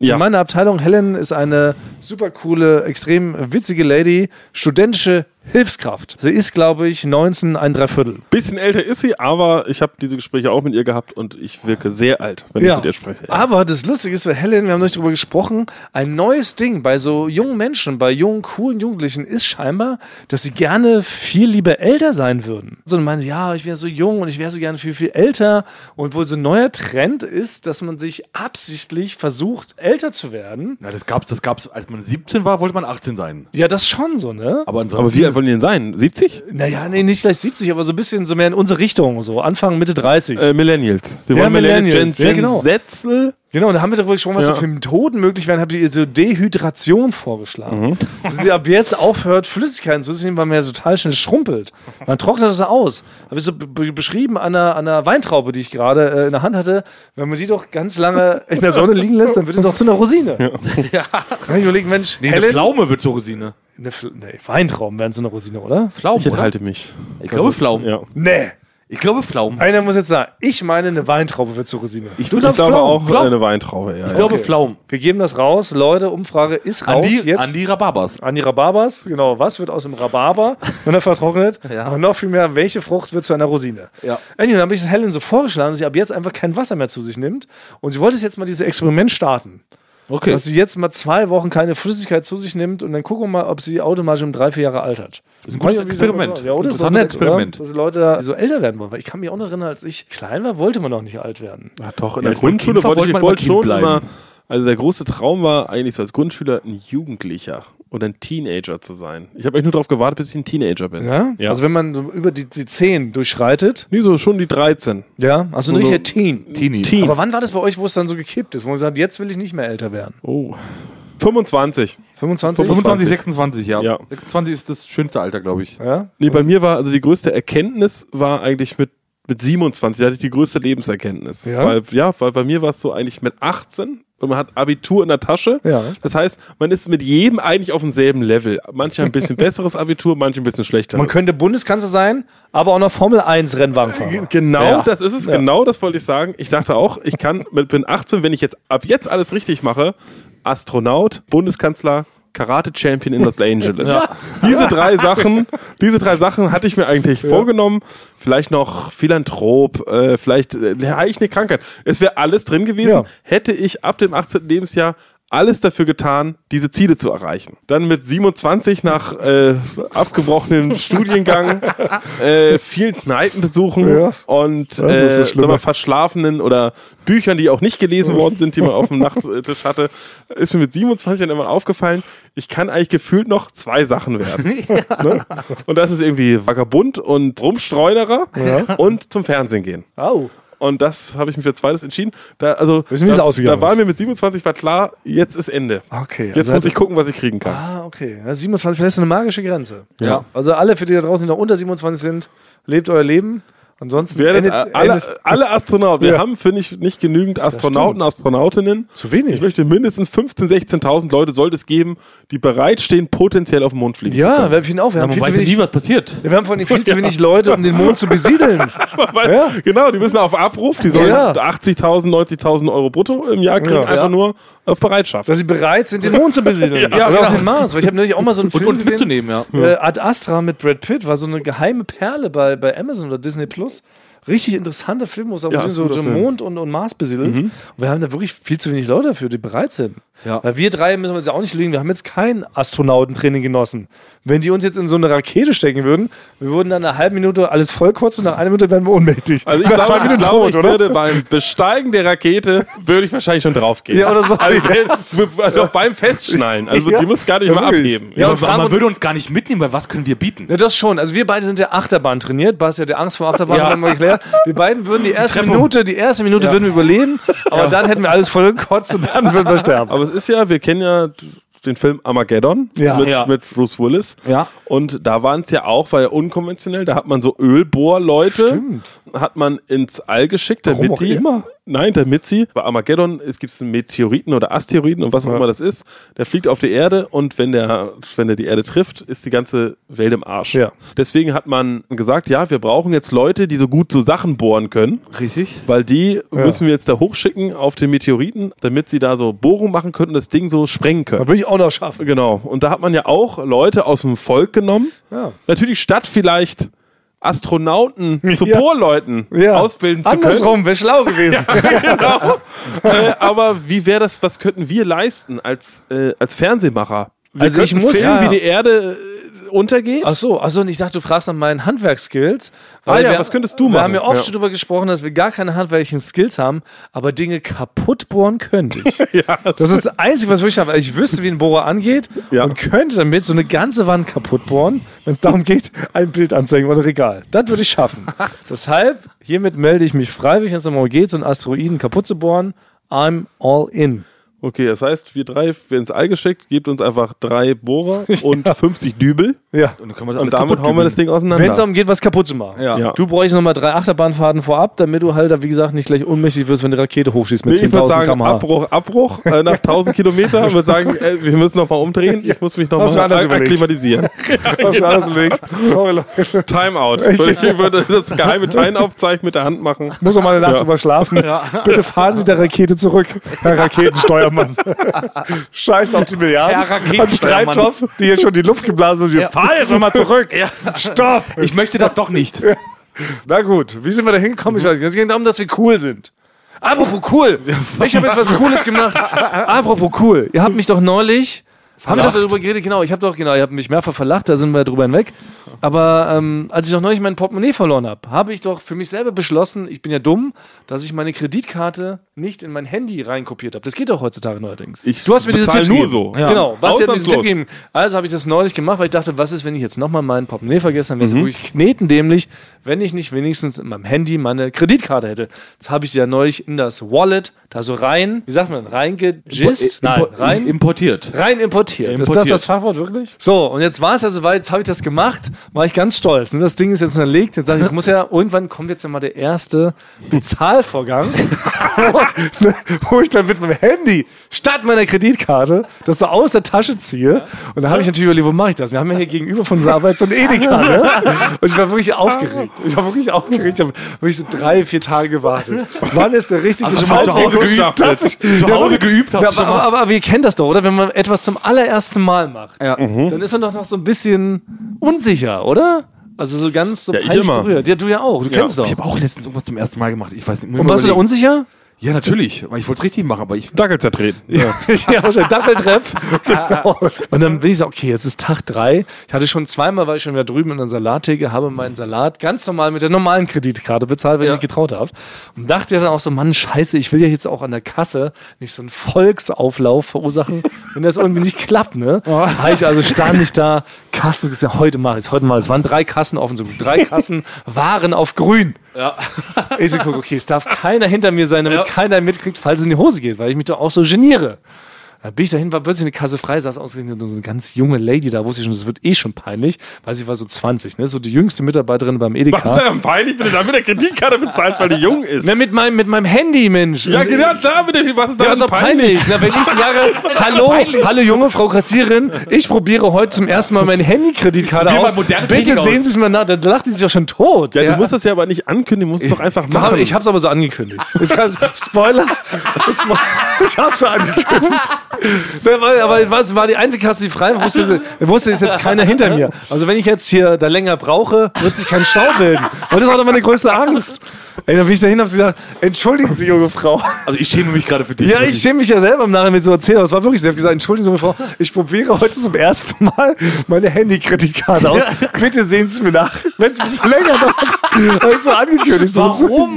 A: Ja.
B: Ja.
A: In meiner Abteilung Helen ist eine super coole, extrem witzige Lady, studentische Hilfskraft. Sie ist, glaube ich, 19, ein Dreiviertel.
B: Bisschen älter ist sie, aber ich habe diese Gespräche auch mit ihr gehabt und ich wirke sehr alt, wenn ich mit ihr spreche.
A: Aber das Lustige ist, bei Helen, wir haben neulich drüber gesprochen, ein neues Ding bei so jungen Menschen, bei jungen, coolen Jugendlichen ist scheinbar, dass sie gerne viel lieber älter sein würden. So, und meinen sie, ja, ich wäre so jung und ich wäre so gerne viel, viel älter. Und wohl so ein neuer Trend ist, dass man sich absichtlich versucht, älter zu werden.
C: Na, das gab's, das gab's, als man 17 war, wollte man 18 sein.
A: Ja, das schon so, ne?
C: Aber
B: Aber
C: ansonsten.
B: wie alt wollen die denn sein? 70?
A: Naja, nee, nicht gleich 70, aber so ein bisschen so mehr in unsere Richtung, so Anfang, Mitte 30.
B: Äh, Millennials. Sie
A: Ja,
B: wollen
A: Millennials.
B: Gen,
A: Ja,
B: Gen
A: genau.
B: Setzel.
A: Genau, und da haben wir darüber gesprochen, was
B: Ja.
A: so für Methoden möglich wären. Habt ihr ihr so Dehydration vorgeschlagen?
C: Mhm.
A: Dass sie ab jetzt aufhört, Flüssigkeiten zu nehmen, weil man ja total schnell schrumpelt. Man trocknet das aus. Habe ich so be- beschrieben an einer, an einer Weintraube, die ich gerade äh, in der Hand hatte. Wenn man die doch ganz lange in der Sonne liegen lässt, dann wird es doch zu einer Rosine. (laughs) Ja. Kann ich überlegen, Mensch,
C: Nee, eine
A: Helen,
C: Pflaume wird zur Rosine.
A: eine Fl nee, Weintrauben wären zu einer Rosine, oder?
C: Pflaume,
B: Ich enthalte mich.
C: Ich glaube Pflaumen.
B: Ja.
A: Nee.
C: also, Ich glaube Pflaumen.
A: Einer muss jetzt sagen, ich meine, eine Weintraube wird zur Rosine.
B: Ich,
C: glaubst
B: glaube
C: Pflaumen,
B: auch äh,
C: Pflaumen.
B: eine Weintraube, ja.
C: Ich glaube Pflaumen.
A: Wir geben das raus. Leute, Umfrage ist raus
C: An die,
A: jetzt.
C: an die Rhabarbers.
A: an die Rhabarbers, genau, was wird aus dem Rhabarber, wenn er vertrocknet?
C: (laughs) Ja.
A: Aber noch viel mehr, welche Frucht wird zu einer Rosine?
C: Ja.
A: Anyway, dann habe ich es Helen so vorgeschlagen, dass sie ab jetzt einfach kein Wasser mehr zu sich nimmt. Und sie wollte jetzt mal dieses Experiment starten.
C: Okay.
A: Dass sie jetzt mal zwei Wochen keine Flüssigkeit zu sich nimmt und dann gucken wir mal, ob sie automatisch um drei, vier Jahre altert. Das
C: ein gutes Experiment.
A: Ja, oder?
C: Das ist
A: So
C: ein
A: nett,
C: Experiment.
A: Oder? Dass die Leute da so älter werden wollen. Weil ich kann mich auch noch erinnern, als ich klein war, wollte man noch nicht alt werden.
B: Ja, doch, in der
C: Ja, als man
B: Grundschule
C: Kind war,
B: wollte ich,
C: wollte
B: ich
C: man
B: wollte
C: immer
B: schon
C: Kind
B: immer.
C: bleiben.
B: Also der große Traum war eigentlich so als Grundschüler ein Jugendlicher oder ein Teenager zu sein. Ich habe eigentlich nur darauf gewartet, bis ich ein Teenager bin. ja.
A: Also
B: Also
A: wenn man so über die, die 10 durchschreitet,
B: nee, so schon die 13.
A: ja, also ein
B: So-
A: richtiger Teen.
C: Teenie.
B: Teen.
A: Aber wann war das bei euch, wo es dann so gekippt ist, wo man sagt, jetzt will ich nicht mehr älter werden?
B: Oh. 25.
A: 25?
C: 25, 26, ja.
B: Ja.
C: 26 ist das schönste Alter, glaube ich.
A: Ja?
B: Nee, bei mir war also die größte Erkenntnis war eigentlich mit mit 27, da hatte ich die größte Lebenserkenntnis.
A: Ja?
B: Weil, ja, weil bei mir war es so eigentlich mit 18 und man hat Abitur in der Tasche.
A: Ja.
B: Das heißt, man ist mit jedem eigentlich auf demselben Level. Manche haben ein bisschen besseres Abitur, manche ein bisschen schlechteres.
A: Man könnte Bundeskanzler sein, aber auch noch Formel 1 Rennwagenfahrer.
B: Genau,
A: Ja.
B: das ist es. Genau, das wollte ich sagen. Ich dachte auch, ich kann (laughs) mit bin 18, wenn ich jetzt ab jetzt alles richtig mache, Astronaut, Bundeskanzler, Karate Champion in Los Angeles. (laughs) Diese drei Sachen, diese drei Sachen hatte ich mir eigentlich vorgenommen. Vielleicht noch Philanthrop, äh, vielleicht äh, habe ich eine Krankheit. Es wäre alles drin gewesen,
A: Ja.
B: hätte ich ab dem 18. Lebensjahr alles dafür getan, diese Ziele zu erreichen. Dann mit 27 nach äh,
A: (laughs)
B: abgebrochenen Studiengang, äh, vielen Kneipenbesuchen
A: Ja.
B: und
A: ist das
B: äh,
A: Schlimme.
B: sag mal, verschlafenen oder Büchern, die auch nicht gelesen worden sind, die man auf dem Nachttisch hatte, ist mir mit 27 dann immer aufgefallen, ich kann eigentlich gefühlt noch zwei Sachen werden. Ne? Und das ist irgendwie Vagabund und Rumstreunerer und zum Fernsehen gehen.
A: Au.
B: Und das habe ich mich für zweites entschieden. Da, also,
A: Wissen wir, wie es
B: da,
A: ausgegangen
B: da war
A: ist?
B: mir mit 27 war klar, jetzt ist Ende.
A: Okay,
B: Jetzt
A: also
B: muss
A: hat-
B: ich gucken, was ich kriegen kann.
A: Ah, okay. Ja, 27, vielleicht ist eine magische Grenze.
C: Ja.
A: Also alle, für die da draußen die noch unter 27 sind, lebt euer Leben. Ansonsten
B: Werdet
A: endet-
B: alle,
A: endet-
B: alle Astronauten. Wir haben, finde ich, nicht genügend Astronauten, Astronautinnen.
A: zu wenig.
B: Ich möchte mindestens 15.000, 16.000 Leute sollte es geben, die bereitstehen, potenziell auf den Mond fliegen zu
A: ja,
B: können.
A: wir, haben auf, wir, haben
C: man
A: viel
C: weiß
A: zu
C: ja
A: wenig,
C: nie, was passiert.
A: wir haben von ihnen viel zu wenig Leute, um den Mond zu besiedeln.
B: Weil,
A: Ja.
B: Genau, die müssen auf Abruf, die sollen
A: Ja.
B: 80.000, 90.000 Euro brutto im Jahr kriegen,
A: Ja.
B: einfach
A: Ja.
B: nur auf Bereitschaft.
A: dass sie bereit sind, den Mond zu
B: (laughs)
A: besiedeln. Oder
C: Ja,
A: auch
C: genau.
A: den Mars. Weil ich habe natürlich auch mal so einen
C: Und
A: Film
C: uns
A: gesehen.
C: mitzunehmen, ja.
A: Äh, Ad Astra mit Brad Pitt war so eine geheime Perle bei, bei Amazon oder Disney Plus. Richtig interessanter Film, wo es
B: Ja,
A: ja,
B: ist
A: so,
B: ein
A: so
B: guter Film. Mhm.
A: Mond und, und Mars besiedelt. Und wir haben da wirklich viel zu wenig Leute dafür, die bereit sind.
C: Ja.
A: Weil wir drei müssen wir uns ja auch nicht lügen, wir haben jetzt kein Astronautentraining genossen. Wenn die uns jetzt in so eine Rakete stecken würden, wir würden dann eine halbe Minute alles vollkotzen und nach einer Minute wären wir ohnmächtig.
B: Also ich
A: Nach
B: glaube,
A: zwei
B: ich,
A: Minuten
B: glaube,
A: tot,
B: ich
A: oder?
B: würde beim Besteigen der Rakete würde ich wahrscheinlich schon draufgehen.
A: Ja, oder so.
B: Also, also auch beim Festschnallen. Also
A: Ja.
B: die muss gar nicht
A: Ja,
B: mal
A: wirklich.
B: abheben.
A: Ja,
C: Ja,
A: und
C: und
A: Fragen-
C: man würde uns gar nicht mitnehmen, weil was können wir bieten?
A: Ja, das schon. Also wir beide sind ja Achterbahn trainiert. Basti hat ja Angst vor Achterbahn, haben wir geklärt. Wir beiden würden die erste
C: Treppe.
A: Minute, die erste Minute würden wir überleben, aber dann hätten wir alles voll gekotzt und (laughs) dann würden wir sterben.
B: Aber es ist ja, wir kennen ja den Film Armageddon
A: Ja.
B: Mit,
C: Ja.
B: mit Bruce Willis.
C: Ja.
B: Und da waren es ja auch, war ja unkonventionell, da hat man so Ölbohrleute, hat man ins All geschickt, damit
A: auch
B: die
A: immer?
B: Nein, damit sie bei Armageddon, es gibt einen Meteoriten oder Asteroiden und was auch immer das ist, der fliegt auf die Erde und wenn der wenn der die Erde trifft, ist die ganze Welt im Arsch.
A: Ja.
B: Deswegen hat man gesagt, ja, wir brauchen jetzt Leute, die so gut so Sachen bohren können.
C: Richtig.
B: Weil die müssen wir jetzt da hochschicken auf den Meteoriten, damit sie da so Bohrungen machen können und das Ding so sprengen können.
A: würde ich auch noch schaffen.
B: Genau. Und da hat man ja auch Leute aus dem Volk genommen.
A: Ja.
B: Natürlich statt vielleicht
A: (laughs)
B: Astronauten zu
A: Ja.
B: Bohrleuten
A: Ja.
B: ausbilden zu können.
A: Andersrum, wäre schlau (laughs) gewesen.
B: Äh, aber wie wäre das, was könnten wir leisten als, äh, als Fernsehmacher? Wir
A: Also ich
B: könnten
A: muss-
B: filmen,
A: ja. Also
B: wie die Erde äh, untergeht.
A: Ach so, ach so, und ich dachte, du fragst nach meinen Handwerksskills. weil
B: Ah ja, was könntest du
A: wir
B: machen?
A: haben ja oft
B: Ja.
A: schon darüber gesprochen, dass wir gar keine handwerklichen Skills haben, aber Dinge kaputt bohren könnte
B: (laughs)
A: ich. Das ist das Einzige, was ich wirklich habe. Also Ich wüsste, wie ein Bohrer angeht
B: Ja.
A: und könnte damit so eine ganze Wand kaputt bohren, wenn es darum geht, ein Bild anzeigen oder ein Regal. Das würde ich
B: (laughs)
A: schaffen. Deshalb, um hiermit melde ich mich freiwillig, wenn es darum geht, so einen Asteroiden kaputt zu bohren. I'm all in.
B: Okay, das heißt, wir drei werden ins All geschickt, gebt uns einfach
A: (laughs)
B: drei Bohrer und 50 Dübel.
A: Ja.
C: Und dann können wir
B: Und
C: das
B: damit
C: alles kaputt
B: hauen wir das Ding auseinander.
A: Wenn es darum geht, was kaputt zu machen.
C: Ja.
B: Ja.
A: Du bräuchst nochmal drei Achterbahnfahrten vorab, damit du halt, da, wie gesagt, nicht gleich unmäßig wirst, wenn die Rakete hochschießt mit
B: Nee, ich würde
A: 10.000
B: sagen,
A: km/h.
B: Abbruch, Abbruch äh, nach 1000 Kilometern. Ich würde sagen, äh, wir müssen noch mal umdrehen. Ich muss mich noch
A: Hast du
B: mal
A: anders
B: ak-
A: überlegt. (laughs)
B: akklimatisieren.
A: Sorry, Leute.
B: Timeout. Ich würde, ich würde das geheime Timeout-Zeichen mit der Hand machen.
A: Muss noch mal eine Nacht drüber schlafen. Bitte fahren Sie der Rakete zurück, Herr (laughs) Raketensteuermann. Scheiß auf die Milliarden.
C: Herr
A: An
C: Raketensteuermann.
A: Streitstoff, die hier schon die Luft geblasen wird. Wir fahren jetzt nochmal
C: (laughs)
A: zurück. Stopp.
C: Ich möchte das doch nicht.
A: Na gut, wie sind wir da hingekommen? Ich weiß nicht. Es ging darum, dass wir cool sind. Apropos cool. Ich habe jetzt was Cooles gemacht. Apropos cool. Ihr habt mich doch neulich. Haben wir doch darüber geredet, genau. Ich habe doch, genau, ihr habt mich mehrfach verlacht, da sind wir drüber hinweg. Aber ähm, als ich doch neulich mein Portemonnaie verloren habe, habe ich doch für mich selber beschlossen, ich bin ja dumm, dass ich meine Kreditkarte nicht in mein Handy reinkopiert habe. Das geht doch heutzutage neuerdings.
B: Ich
A: du hast mir diese
B: bezahle
A: Tipps
B: nur
A: gegeben.
B: so. Ja.
A: Genau, was hat mir diesen Tipp
B: Ausnahmslos.
A: gegeben? Also habe ich das neulich gemacht, weil ich dachte, was ist, wenn ich jetzt nochmal meinen Portemonnaie vergesse, dann wäre es
B: Mhm.
A: ja wirklich knetendämlich, wenn ich nicht wenigstens in meinem Handy meine Kreditkarte hätte. Das habe ich ja neulich in das Wallet, da so rein, wie sagt man,
B: äh,
A: reingejist? Nein,
C: Impo-
A: rein,
C: Importiert.
A: rein äh, importiert. Ist das
C: Importiert.
A: das Fachwort wirklich? So, und jetzt war es ja soweit, jetzt habe ich das gemacht, war ich ganz stolz. Nur das Ding ist jetzt unterlegt, jetzt sage ich, ich muss
C: (laughs)
A: ja, irgendwann kommt jetzt ja mal der erste
C: (laughs)
A: Bezahlvorgang, wo- ne, wo ich dann mit meinem Handy statt meiner Kreditkarte das so aus der Tasche ziehe. Und da habe ich natürlich überlegt, wo mache ich das? Wir haben ja hier gegenüber von unserer Arbeit so ein Edeka,
C: (laughs)
A: ne? Und ich war wirklich
C: Ah.
A: aufgeregt. Ich war wirklich aufgeregt. Ich habe wirklich so drei, vier Tage gewartet. Wann ist der richtige
C: Hast du Also mal zu Hause
A: Zeitpunkt,
C: geübt?
A: dass ich-
C: Zu Hause geübt hast
A: ja,
C: du schon
A: aber,
C: mal.
A: aber, aber ihr kennt das doch, oder? Wenn man etwas zum allerersten Mal macht,
C: Ja.
A: dann ist man doch noch so ein bisschen unsicher, oder? Also so ganz so
B: Ja, ich
A: peinlich
B: immer.
A: berührt. Ja, du ja auch, du kennst doch.
C: Ich habe auch letztens irgendwas zum ersten Mal gemacht. Ich weiß nicht. muss
A: Und
C: mal
A: warst du da
C: überlegen.
A: unsicher?
C: Ja, natürlich. Weil ich wollte es richtig machen, aber ich.
B: Dackel zertreten.
A: ja, aus der Dackeltreff. genau. Und dann bin ich so, okay, jetzt ist Tag drei. Ich hatte schon zweimal, war ich schon wieder drüben in der Salattheke, habe meinen Salat ganz normal mit der normalen Kreditkarte bezahlt, weil ich mich getraut habe. Und dachte ja dann auch so, Mann, scheiße, ich will ja jetzt auch an der Kasse nicht so einen Volksauflauf verursachen, wenn das irgendwie nicht klappt, ne? War ich also stand ich da, Kasse, das ist ja heute mal, jetzt heute mal, es waren drei Kassen offen, so drei Kassen waren auf grün. (laughs) Ich so, guck, okay, es darf keiner hinter mir sein, damit keiner mitkriegt, falls es in die Hose geht, weil ich mich doch auch so geniere. Da bin ich dahin, war plötzlich eine Kasse frei, saß ausgerechnet nur so eine ganz junge Lady da, wusste ich schon, das wird eh schon peinlich, weil sie war so 20, ne? so die jüngste Mitarbeiterin beim Edeka.
B: Was ist denn peinlich, wenn du da mit der Kreditkarte bezahlst, weil die jung ist?
A: Na, mit, meinem, mit meinem Handy, Mensch.
B: ja,
A: Also,
B: genau, da mit dem, was ist
A: Ja,
B: da
A: ist doch peinlich. Na, wenn ich sage,
B: (laughs)
A: hallo, hallo junge Frau Kassierin, ich probiere heute zum ersten Mal meine Handykreditkarte
C: Probier mal
A: aus.
C: moderne
A: Bitte
C: Technik
A: sehen
C: aus.
A: Sie es mal nach, dann lacht die sich ja schon tot.
B: Ja, du musst das ja aber nicht ankündigen, du musst es doch einfach
A: So, hab-
B: machen.
A: ich hab's aber so angekündigt. Ich hab, Spoiler. Spo- Ich hab's so angekündigt. Ne, weil- Aber was war die einzige Kasse, die frei war, wusste, sie- wusste ist jetzt keiner hinter mir. Also wenn ich jetzt hier da länger brauche, wird sich kein Stau bilden. Und das war doch meine größte Angst. Ey, dann bin ich dahin und hab gesagt, entschuldigen Sie, junge Frau.
C: Also ich schäme mich gerade für dich.
A: Ja, ich schäme mich ja selber im Nachhinein, wenn ich so erzähle. Aber es war wirklich so. Ich habe gesagt, entschuldigen Sie, junge Frau, ich probiere heute zum ersten Mal meine Handykreditkarte aus. Bitte sehen Sie es mir nach, wenn es ein bisschen länger dauert. Habe ich so angekündigt. So,
C: Warum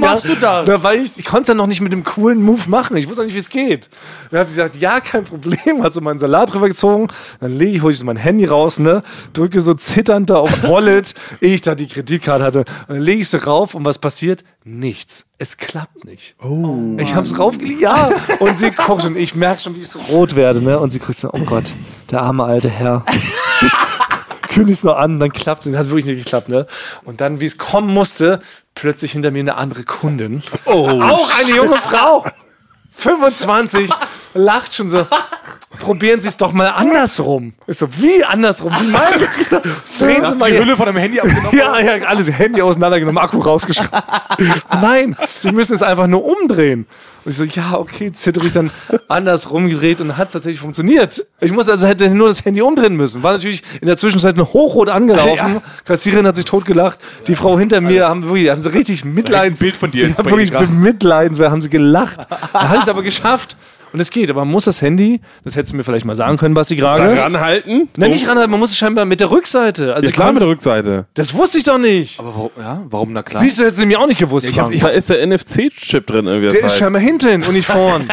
A: (laughs)
C: machst du das?
A: Da, weil ich, ich konnte es ja noch nicht mit dem coolen Move machen. Ich wusste auch nicht, wie es geht. Dann hat sie gesagt, ja, kein Problem. Hat so meinen Salat rübergezogen. Dann lege ich, hole ich so mein Handy raus, ne? Drücke so zitternd da auf
C: (laughs)
A: Wallet, ehe ich da die Kreditkarte hatte. Und dann lege ich sie rauf und was passiert? Nichts. Es klappt nicht.
C: Oh.
A: Ich hab's raufgelegt, ja. Und sie guckt und ich merke schon, wie ich so rot werde, ne? Und sie guckt so, oh Gott, der arme alte Herr. Kündig's noch an, dann klappt's. Und das hat wirklich nicht geklappt, ne? Und dann, wie es kommen musste, plötzlich hinter mir eine andere Kundin. Auch eine junge Frau. 25, lacht schon so. Probieren Sie es doch mal andersrum. Ich so, wie andersrum? Wie meinen Sie das? Drehen Sie mal Ihr-
C: von dem Handy abgenommen.
A: ja, ja, alles Handy auseinandergenommen, Akku rausgeschraubt. Nein, sie müssen es einfach nur umdrehen. Und ich so, ja, okay, zittere ich dann anders rumgedreht und hat es tatsächlich funktioniert. Ich muss also hätte nur das Handy umdrehen müssen. War natürlich in der Zwischenzeit eine hochrot angelaufen. Kassiererin hat sich totgelacht. Die Frau hinter mir haben wirklich, haben sie richtig Mitleidens.
C: Ein Bild von dir
A: Die haben
C: bei
A: wirklich
C: Instagram.
A: bemitleidenswert, haben sie
B: (laughs)
A: gelacht. Dann hat es aber geschafft. Und es geht, aber man muss das Handy, das hättest du mir vielleicht mal sagen können, Basti gerade.
B: ranhalten.
A: Nenn nicht ran, man muss es scheinbar mit der Rückseite. Also
B: Ja, klar mit der Rückseite.
A: das wusste ich doch nicht.
C: Aber warum, ja, warum, na klar.
A: Siehst du, hättest du mir auch nicht gewusst.
C: ich hab-
A: Frank.
C: ich
B: Da ist der NFC-Chip drin irgendwie. das
A: der ist
B: heißt.
A: scheinbar hinten und nicht vorn.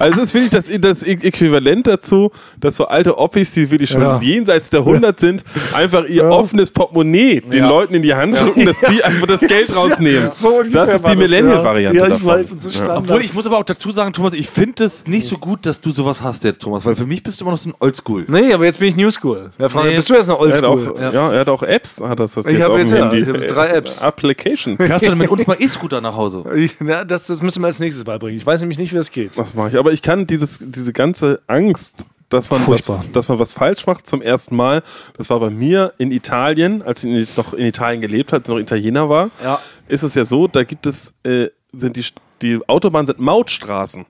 B: Also das ist, finde ich, das, das Ä- Äquivalent dazu, dass so alte Oppis, die wirklich schon
A: Ja.
B: jenseits der 100 sind, einfach ihr offenes Portemonnaie den Leuten in die Hand drücken, dass die einfach
A: (laughs)
B: das Geld (laughs) rausnehmen. das ist die Millennial-Variante
A: Ja, ich
B: davon.
A: weiß, und so Standard.
C: Obwohl, ich muss aber auch dazu sagen, Thomas, ich finde es nicht so gut, dass du sowas hast jetzt, Thomas, weil für mich bist du immer noch so ein Oldschool.
A: Nee, aber jetzt bin ich New School. Ja, Frank,
C: Nee.
A: bist du jetzt noch Old
B: Er hat,
A: School?
B: auch, ja. er hat auch Apps, hat das, das
A: Ich habe
B: auf dem
A: jetzt, ja,
B: Handy.
A: ich habe jetzt drei Apps.
B: Äh, Applications.
C: Hast du denn mit uns mal E-Scooter nach Hause?
A: Na, das, das müssen wir als nächstes beibringen. Ich weiß nämlich nicht, wie das geht.
B: Das mache ich. Aber ich kann dieses, diese ganze Angst, dass man, was,
A: Furchtbar.
B: dass man was falsch macht zum ersten Mal, das war bei mir in Italien, als ich in- noch in Italien gelebt hatte, noch Italiener war,
A: Ja.
B: ist es ja so, da gibt es, äh, sind die, die Autobahnen sind Mautstraßen.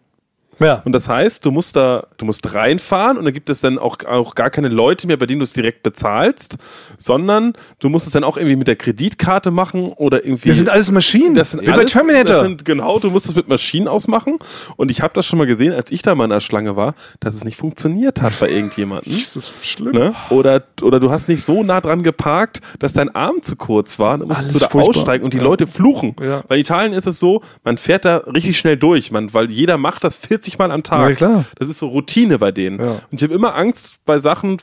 A: Ja.
B: Und das heißt, du musst da, du musst reinfahren und da gibt es dann auch, auch gar keine Leute mehr, bei denen du es direkt bezahlst, sondern du musst es dann auch irgendwie mit der Kreditkarte machen oder irgendwie.
A: Das sind alles Maschinen.
B: Das sind
A: Hm, Wie
B: alles,
A: bei Terminator.
B: Das sind, genau, du musst es mit Maschinen ausmachen. Und ich habe das schon mal gesehen, als ich da mal in der Schlange war, dass es nicht funktioniert hat
A: (laughs)
B: bei irgendjemandem.
A: das schlimm.
B: Ne? Oder, oder du hast nicht so nah dran geparkt, dass dein Arm zu kurz war. Dann musstest
A: Alles
B: du da
A: furchtbar.
B: aussteigen und die Leute fluchen.
A: Ja.
B: Bei Italien ist es so, man fährt da richtig schnell durch, man, weil jeder macht das 40 Mal am Tag.
A: Na klar.
B: Das ist so Routine bei denen.
A: Ja.
B: Und ich habe immer Angst bei Sachen,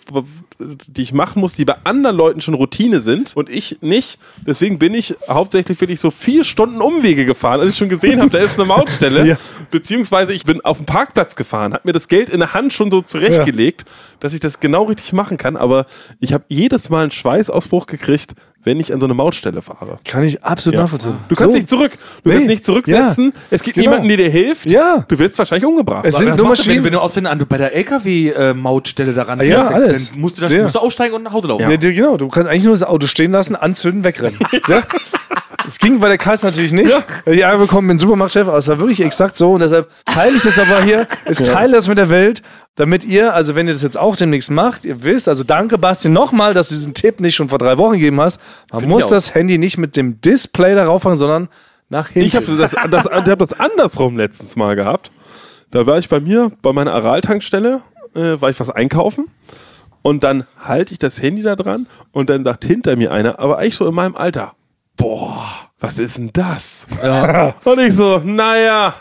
B: die ich machen muss, die bei anderen Leuten schon Routine sind und ich nicht. Deswegen bin ich hauptsächlich wirklich so vier Stunden Umwege gefahren, als ich schon gesehen habe, da ist eine Mautstelle.
A: (laughs) Ja.
B: Beziehungsweise ich bin auf den Parkplatz gefahren, habe mir das Geld in der Hand schon so zurechtgelegt, dass ich das genau richtig machen kann. Aber ich habe jedes Mal einen Schweißausbruch gekriegt, wenn ich an so eine Mautstelle fahre.
A: Kann ich absolut nachvollziehen.
B: Du kannst
A: So.
B: nicht zurück. Du
A: Nee.
B: kannst nicht zurücksetzen.
A: Ja.
B: Es gibt
A: Genau.
B: niemanden, der dir hilft.
A: Ja.
B: Du wirst wahrscheinlich umgebracht.
A: Es sind
C: Was
A: nur
C: machst du,
A: Maschinen.
C: Wenn, wenn du ausfinden an, du bei der äh, LKW-Mautstelle daran
A: ja,
C: fährst,
A: alles.
C: dann musst du, das,
A: Ja.
C: musst du aussteigen und nach Hause laufen.
A: Ja. du- genau, du kannst eigentlich nur das Auto stehen lassen, anzünden, wegrennen. ja? Das ging bei der Kasse natürlich nicht. Ja. Die Ärger bekommen mit dem Supermarktchef, aber es war wirklich exakt so. Und deshalb teile ich es jetzt aber hier. Ich teile das mit der Welt, damit ihr, also wenn ihr das jetzt auch demnächst macht, ihr wisst, also danke Basti nochmal, dass du diesen Tipp nicht schon vor drei Wochen gegeben hast. Man
C: Finde ich
A: muss
C: auch.
A: das Handy nicht mit dem Display darauf machen, sondern nach hinten.
B: Ich habe das, das, ich hab das andersrum letztens mal gehabt. Da war ich bei mir, bei meiner Aral-Tankstelle, äh, war ich was einkaufen. Und dann halte ich das Handy da dran und dann sagt hinter mir einer, aber eigentlich so in meinem Alter, boah, was ist denn das? (laughs) Und ich so, naja,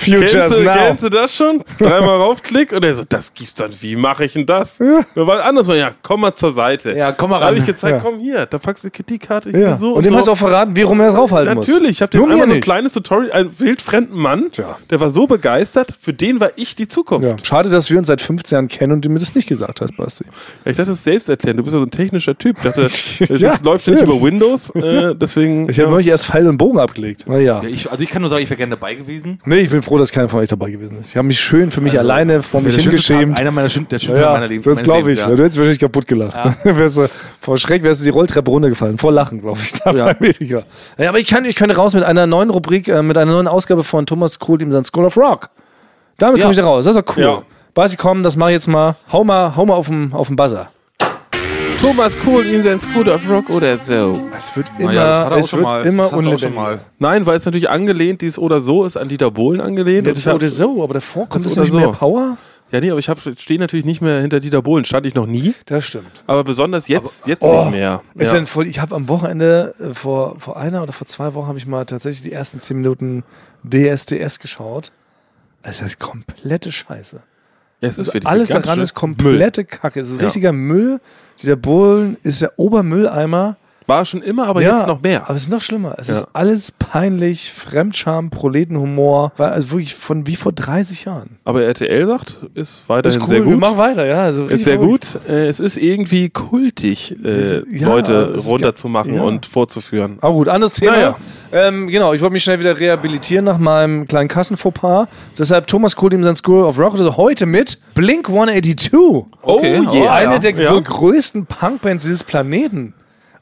B: kennst
A: Futures
B: du,
A: now.
B: kennst du das schon?
A: (laughs)
B: Dreimal raufklick und er so, das gibt's dann, wie mache ich denn das? Ja. Weil anders mal, ja, komm mal zur Seite.
C: Ja, komm mal
B: Da habe
C: ran.
B: ich gezeigt,
A: Ja.
B: komm hier, da packst du die Kreditkarte, ich
A: Ja.
B: will so
A: und dem
B: so.
A: hast du auch verraten, wie rum er es raufhalten muss.
B: Natürlich, ich habe
A: Nur mir
B: dem einmal so ein
A: nicht.
B: kleines Tutorial, einen wildfremden Mann,
A: Tja.
B: der war so begeistert, für den war ich die Zukunft.
A: Ja. Schade, dass wir uns seit 15 Jahren kennen und du mir das nicht gesagt hast, Basti.
B: Ich dachte, das ist selbsterklärend, du bist ja so ein technischer Typ. Ich
A: (laughs)
B: dachte, das
A: Ja,
B: ist, läuft ja nicht
A: stimmt.
B: über Windows, äh, deswegen...
A: Ich habe
B: ja.
A: neulich erst Pfeil und Bogen abgelegt. Naja.
C: Ja, ich, also ich kann nur sagen, ich wäre gerne dabei gewesen.
A: Nee, ich bin froh, dass keiner von euch dabei gewesen ist. Ich habe mich schön für mich alleine vor mich
C: Der schönste Tag-
A: hingeschämt.
C: Einer meiner schönsten der schönste Tag
A: Ja,
C: meiner Lebens.
A: das glaube ich. Also,
C: meines
A: Du
C: Lebens,
A: hättest wahrscheinlich kaputt gelacht. (laughs) Wärst du- vor Schreck wärst du die Rolltreppe runtergefallen. Vor Lachen, glaube ich. Ja. Ja, aber ich, kann, ich könnte raus mit einer neuen Rubrik, äh, mit einer neuen Ausgabe von Thomas Kohl, ihm sein School of Rock. Damit komme ich da raus. Das ist doch cool.
B: Ja.
A: Basti, komm, das mach ich jetzt mal. Hau mal, hau mal auf den auf den Buzzer.
D: Thomas Kohl, ihm sein Scooter of Rock oder so.
A: Es wird
C: Ah ja.
A: immer,
C: Naja, das hat er auch
A: es
C: schon
A: wird
C: mal.
A: immer
C: das hast du auch
A: unlebendig.
C: schon mal.
B: Nein, weil es natürlich angelehnt, dies oder so ist, an Dieter Bohlen angelehnt.
A: Ja,
B: Und
A: das
B: ich hab-
A: wurde so, aber davor kommt ein
B: Das
A: bisschen
B: oder
A: mehr
B: so.
A: Power.
B: ja, nee, aber ich stehe natürlich nicht mehr hinter Dieter Bohlen, stand ich noch nie,
A: Das stimmt.
B: aber besonders jetzt, jetzt nicht mehr.
A: Ist
B: ja.
A: denn Oh, voll, ich habe am Wochenende äh, vor, vor einer oder vor zwei Wochen habe ich mal tatsächlich die ersten zehn Minuten DSDS geschaut. Es ist komplette Scheiße.
B: Ja, es ist wirklich
A: Alles
B: ganz
A: daran
B: schlimm.
A: ist komplette Kacke. Es ist richtiger Müll. Dieser Bohlen ist der Obermülleimer.
B: War schon immer, aber jetzt noch mehr.
A: Aber es ist noch schlimmer. Es ist
B: Ja.
A: alles peinlich, Fremdscham, Proletenhumor. War Also wirklich von wie vor 30 Jahren.
B: Aber RTL sagt, ist weiterhin sehr
A: Wir
B: gut.
A: machen weiter, ja. Also richtig
B: Ist sehr
A: verrückt.
B: gut. Äh, es ist irgendwie kultig, äh,
A: ist- ja,
B: Leute
A: es ist
B: runterzumachen
A: ge- ja.
B: und vorzuführen.
A: Aber gut, anderes Thema.
B: Naja.
A: Ähm, genau, ich wollte mich schnell wieder rehabilitieren nach meinem kleinen Kassenfauxpas. Deshalb Thomas Kohl ihm sein School of Rock. Also heute mit Blink 182.
B: Okay.
A: Oh,
B: yeah.
A: Eine der
B: Ja.
A: wohl größten Punkbands dieses Planeten.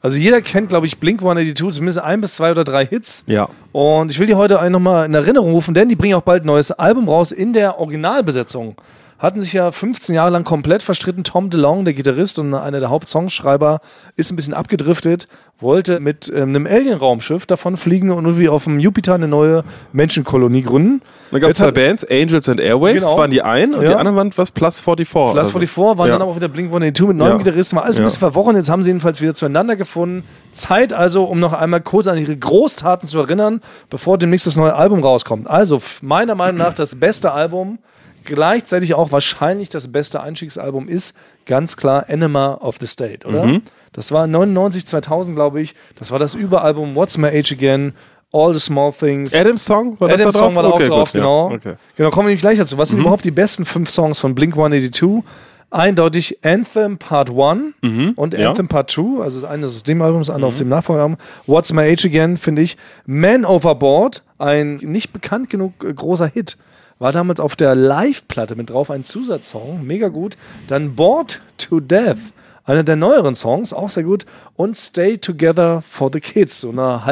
A: Also jeder kennt, glaube ich, Blink 182, zumindest ein bis zwei oder drei Hits.
B: Ja.
A: Und ich will die heute nochmal in Erinnerung rufen, denn die bringen auch bald ein neues Album raus in der Originalbesetzung. hatten sich ja 15 Jahre lang komplett verstritten. Tom DeLong, der Gitarrist und einer der Hauptsongschreiber, ist ein bisschen abgedriftet, wollte mit ähm, einem Alien-Raumschiff davon fliegen und irgendwie auf dem Jupiter eine neue Menschenkolonie gründen.
B: Dann gab es
A: Jetzt
B: zwei
A: hat-
B: Bands, Angels and Airwaves,
A: Genau.
B: waren die einen und
A: Ja.
B: die anderen waren was Plus 44.
A: Last
B: oder so.
A: 44 waren
B: also ja.
A: dann aber auch wieder Blink-182 mit neuen
B: Ja.
A: Gitarristen, war alles ein
B: Ja.
A: bisschen verworren. Jetzt haben sie jedenfalls wieder zueinander gefunden. Zeit also, um noch einmal kurz an ihre Großtaten zu erinnern, bevor demnächst das neue Album rauskommt. Also, f- meiner Meinung nach das beste Album, gleichzeitig auch wahrscheinlich das beste Einstiegsalbum ist ganz klar Enema of the State, oder?
B: Mhm.
A: Das war 99, 2000, glaube ich. Das war das Überalbum What's My Age Again, All the Small Things.
B: Adam's Song war
A: Adams
B: da
A: Song war da auch
B: Okay,
A: drauf,
B: gut, ja.
A: genau.
B: Okay. Mhm.
A: Genau, kommen wir nämlich gleich dazu. Was sind überhaupt die besten fünf Songs von Blink 182? Eindeutig Anthem Part 1 und
B: Mhm, ja.
A: Anthem Part 2, also das eine ist aus dem Album, das andere auf dem Nachfolgealbum. What's My Age Again, finde ich. Man Overboard, ein nicht bekannt genug äh, großer Hit. War damals auf der Live-Platte mit drauf, ein Zusatzsong, mega gut. Dann Bored to Death, einer der neueren Songs, auch sehr gut. Und Stay Together for the Kids, so eine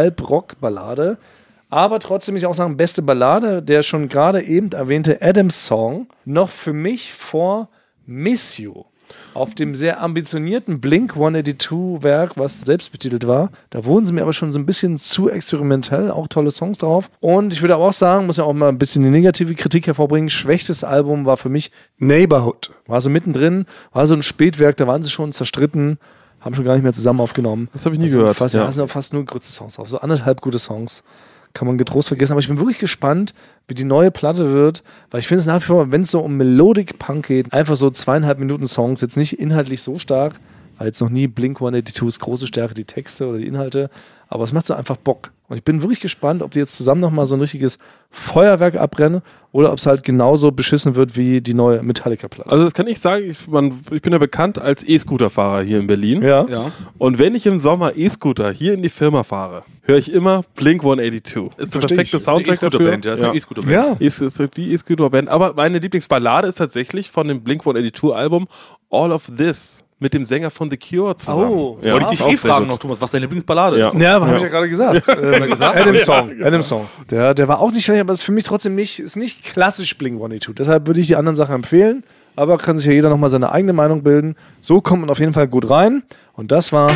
A: Halb-Rock-Ballade. Aber trotzdem muss ich auch sagen, beste Ballade, der schon gerade eben erwähnte Adams Song, noch für mich vor Miss You. Auf dem sehr ambitionierten Blink 182 Werk, was selbst betitelt war. Da wurden sie mir aber schon so ein bisschen zu experimentell, auch tolle Songs drauf. Und ich würde aber auch sagen, muss ja auch mal ein bisschen die negative Kritik hervorbringen. Schwächstes Album war für mich Neighborhood. War so mittendrin, war so ein Spätwerk, da waren sie schon zerstritten, haben schon gar nicht mehr zusammen aufgenommen.
B: Das habe ich nie
A: Also
B: gehört.
A: Fast,
B: ja.
A: ja. sind auch fast nur kurze Songs drauf. So anderthalb gute Songs. Kann man getrost vergessen. Aber ich bin wirklich gespannt, wie die neue Platte wird, weil ich finde es nach wie vor, wenn es so um Melodic Punk geht, einfach so zweieinhalb Minuten Songs, jetzt nicht inhaltlich so stark, weil jetzt noch nie Blink 182 ist große Stärke, die Texte oder die Inhalte, aber es macht so einfach Bock. Und ich bin wirklich gespannt, ob die jetzt zusammen nochmal so ein richtiges Feuerwerk abbrennen oder ob es halt genauso beschissen wird wie die neue Metallica-Platte.
B: Also das kann ich sagen, ich, man, ich bin ja bekannt als E-Scooter-Fahrer hier in Berlin.
A: Ja.
B: Und wenn ich im Sommer E-Scooter hier in die Firma fahre, höre ich immer Blink 182. Ist der
A: Versteh ich.
B: perfekte
A: Ist
B: Soundtrack dafür.
C: Band, ja, ist eine E-Scooter-Band.
A: Ja.
B: (laughs) Ist- ist Die E-Scooter-Band. Aber meine Lieblingsballade ist tatsächlich von dem Blink 182-Album All of This mit dem Sänger von The Cure zusammen.
A: Oh,
B: ja.
C: Wollte ich dich eh
B: Auch sehr
C: fragen
B: gut.
C: noch, Thomas, was deine Lieblingsballade
B: Ja.
C: ist.
A: Ja, habe ich ja gerade gesagt. Ähm,
C: gesagt?
A: Adam Song. Adam Song. Der, der war auch nicht schlecht, aber ist für mich trotzdem nicht, ist nicht klassisch Blink 182. Deshalb würde ich die anderen Sachen empfehlen. Aber kann sich ja jeder nochmal seine eigene Meinung bilden. So kommt man auf jeden Fall gut rein. Und das war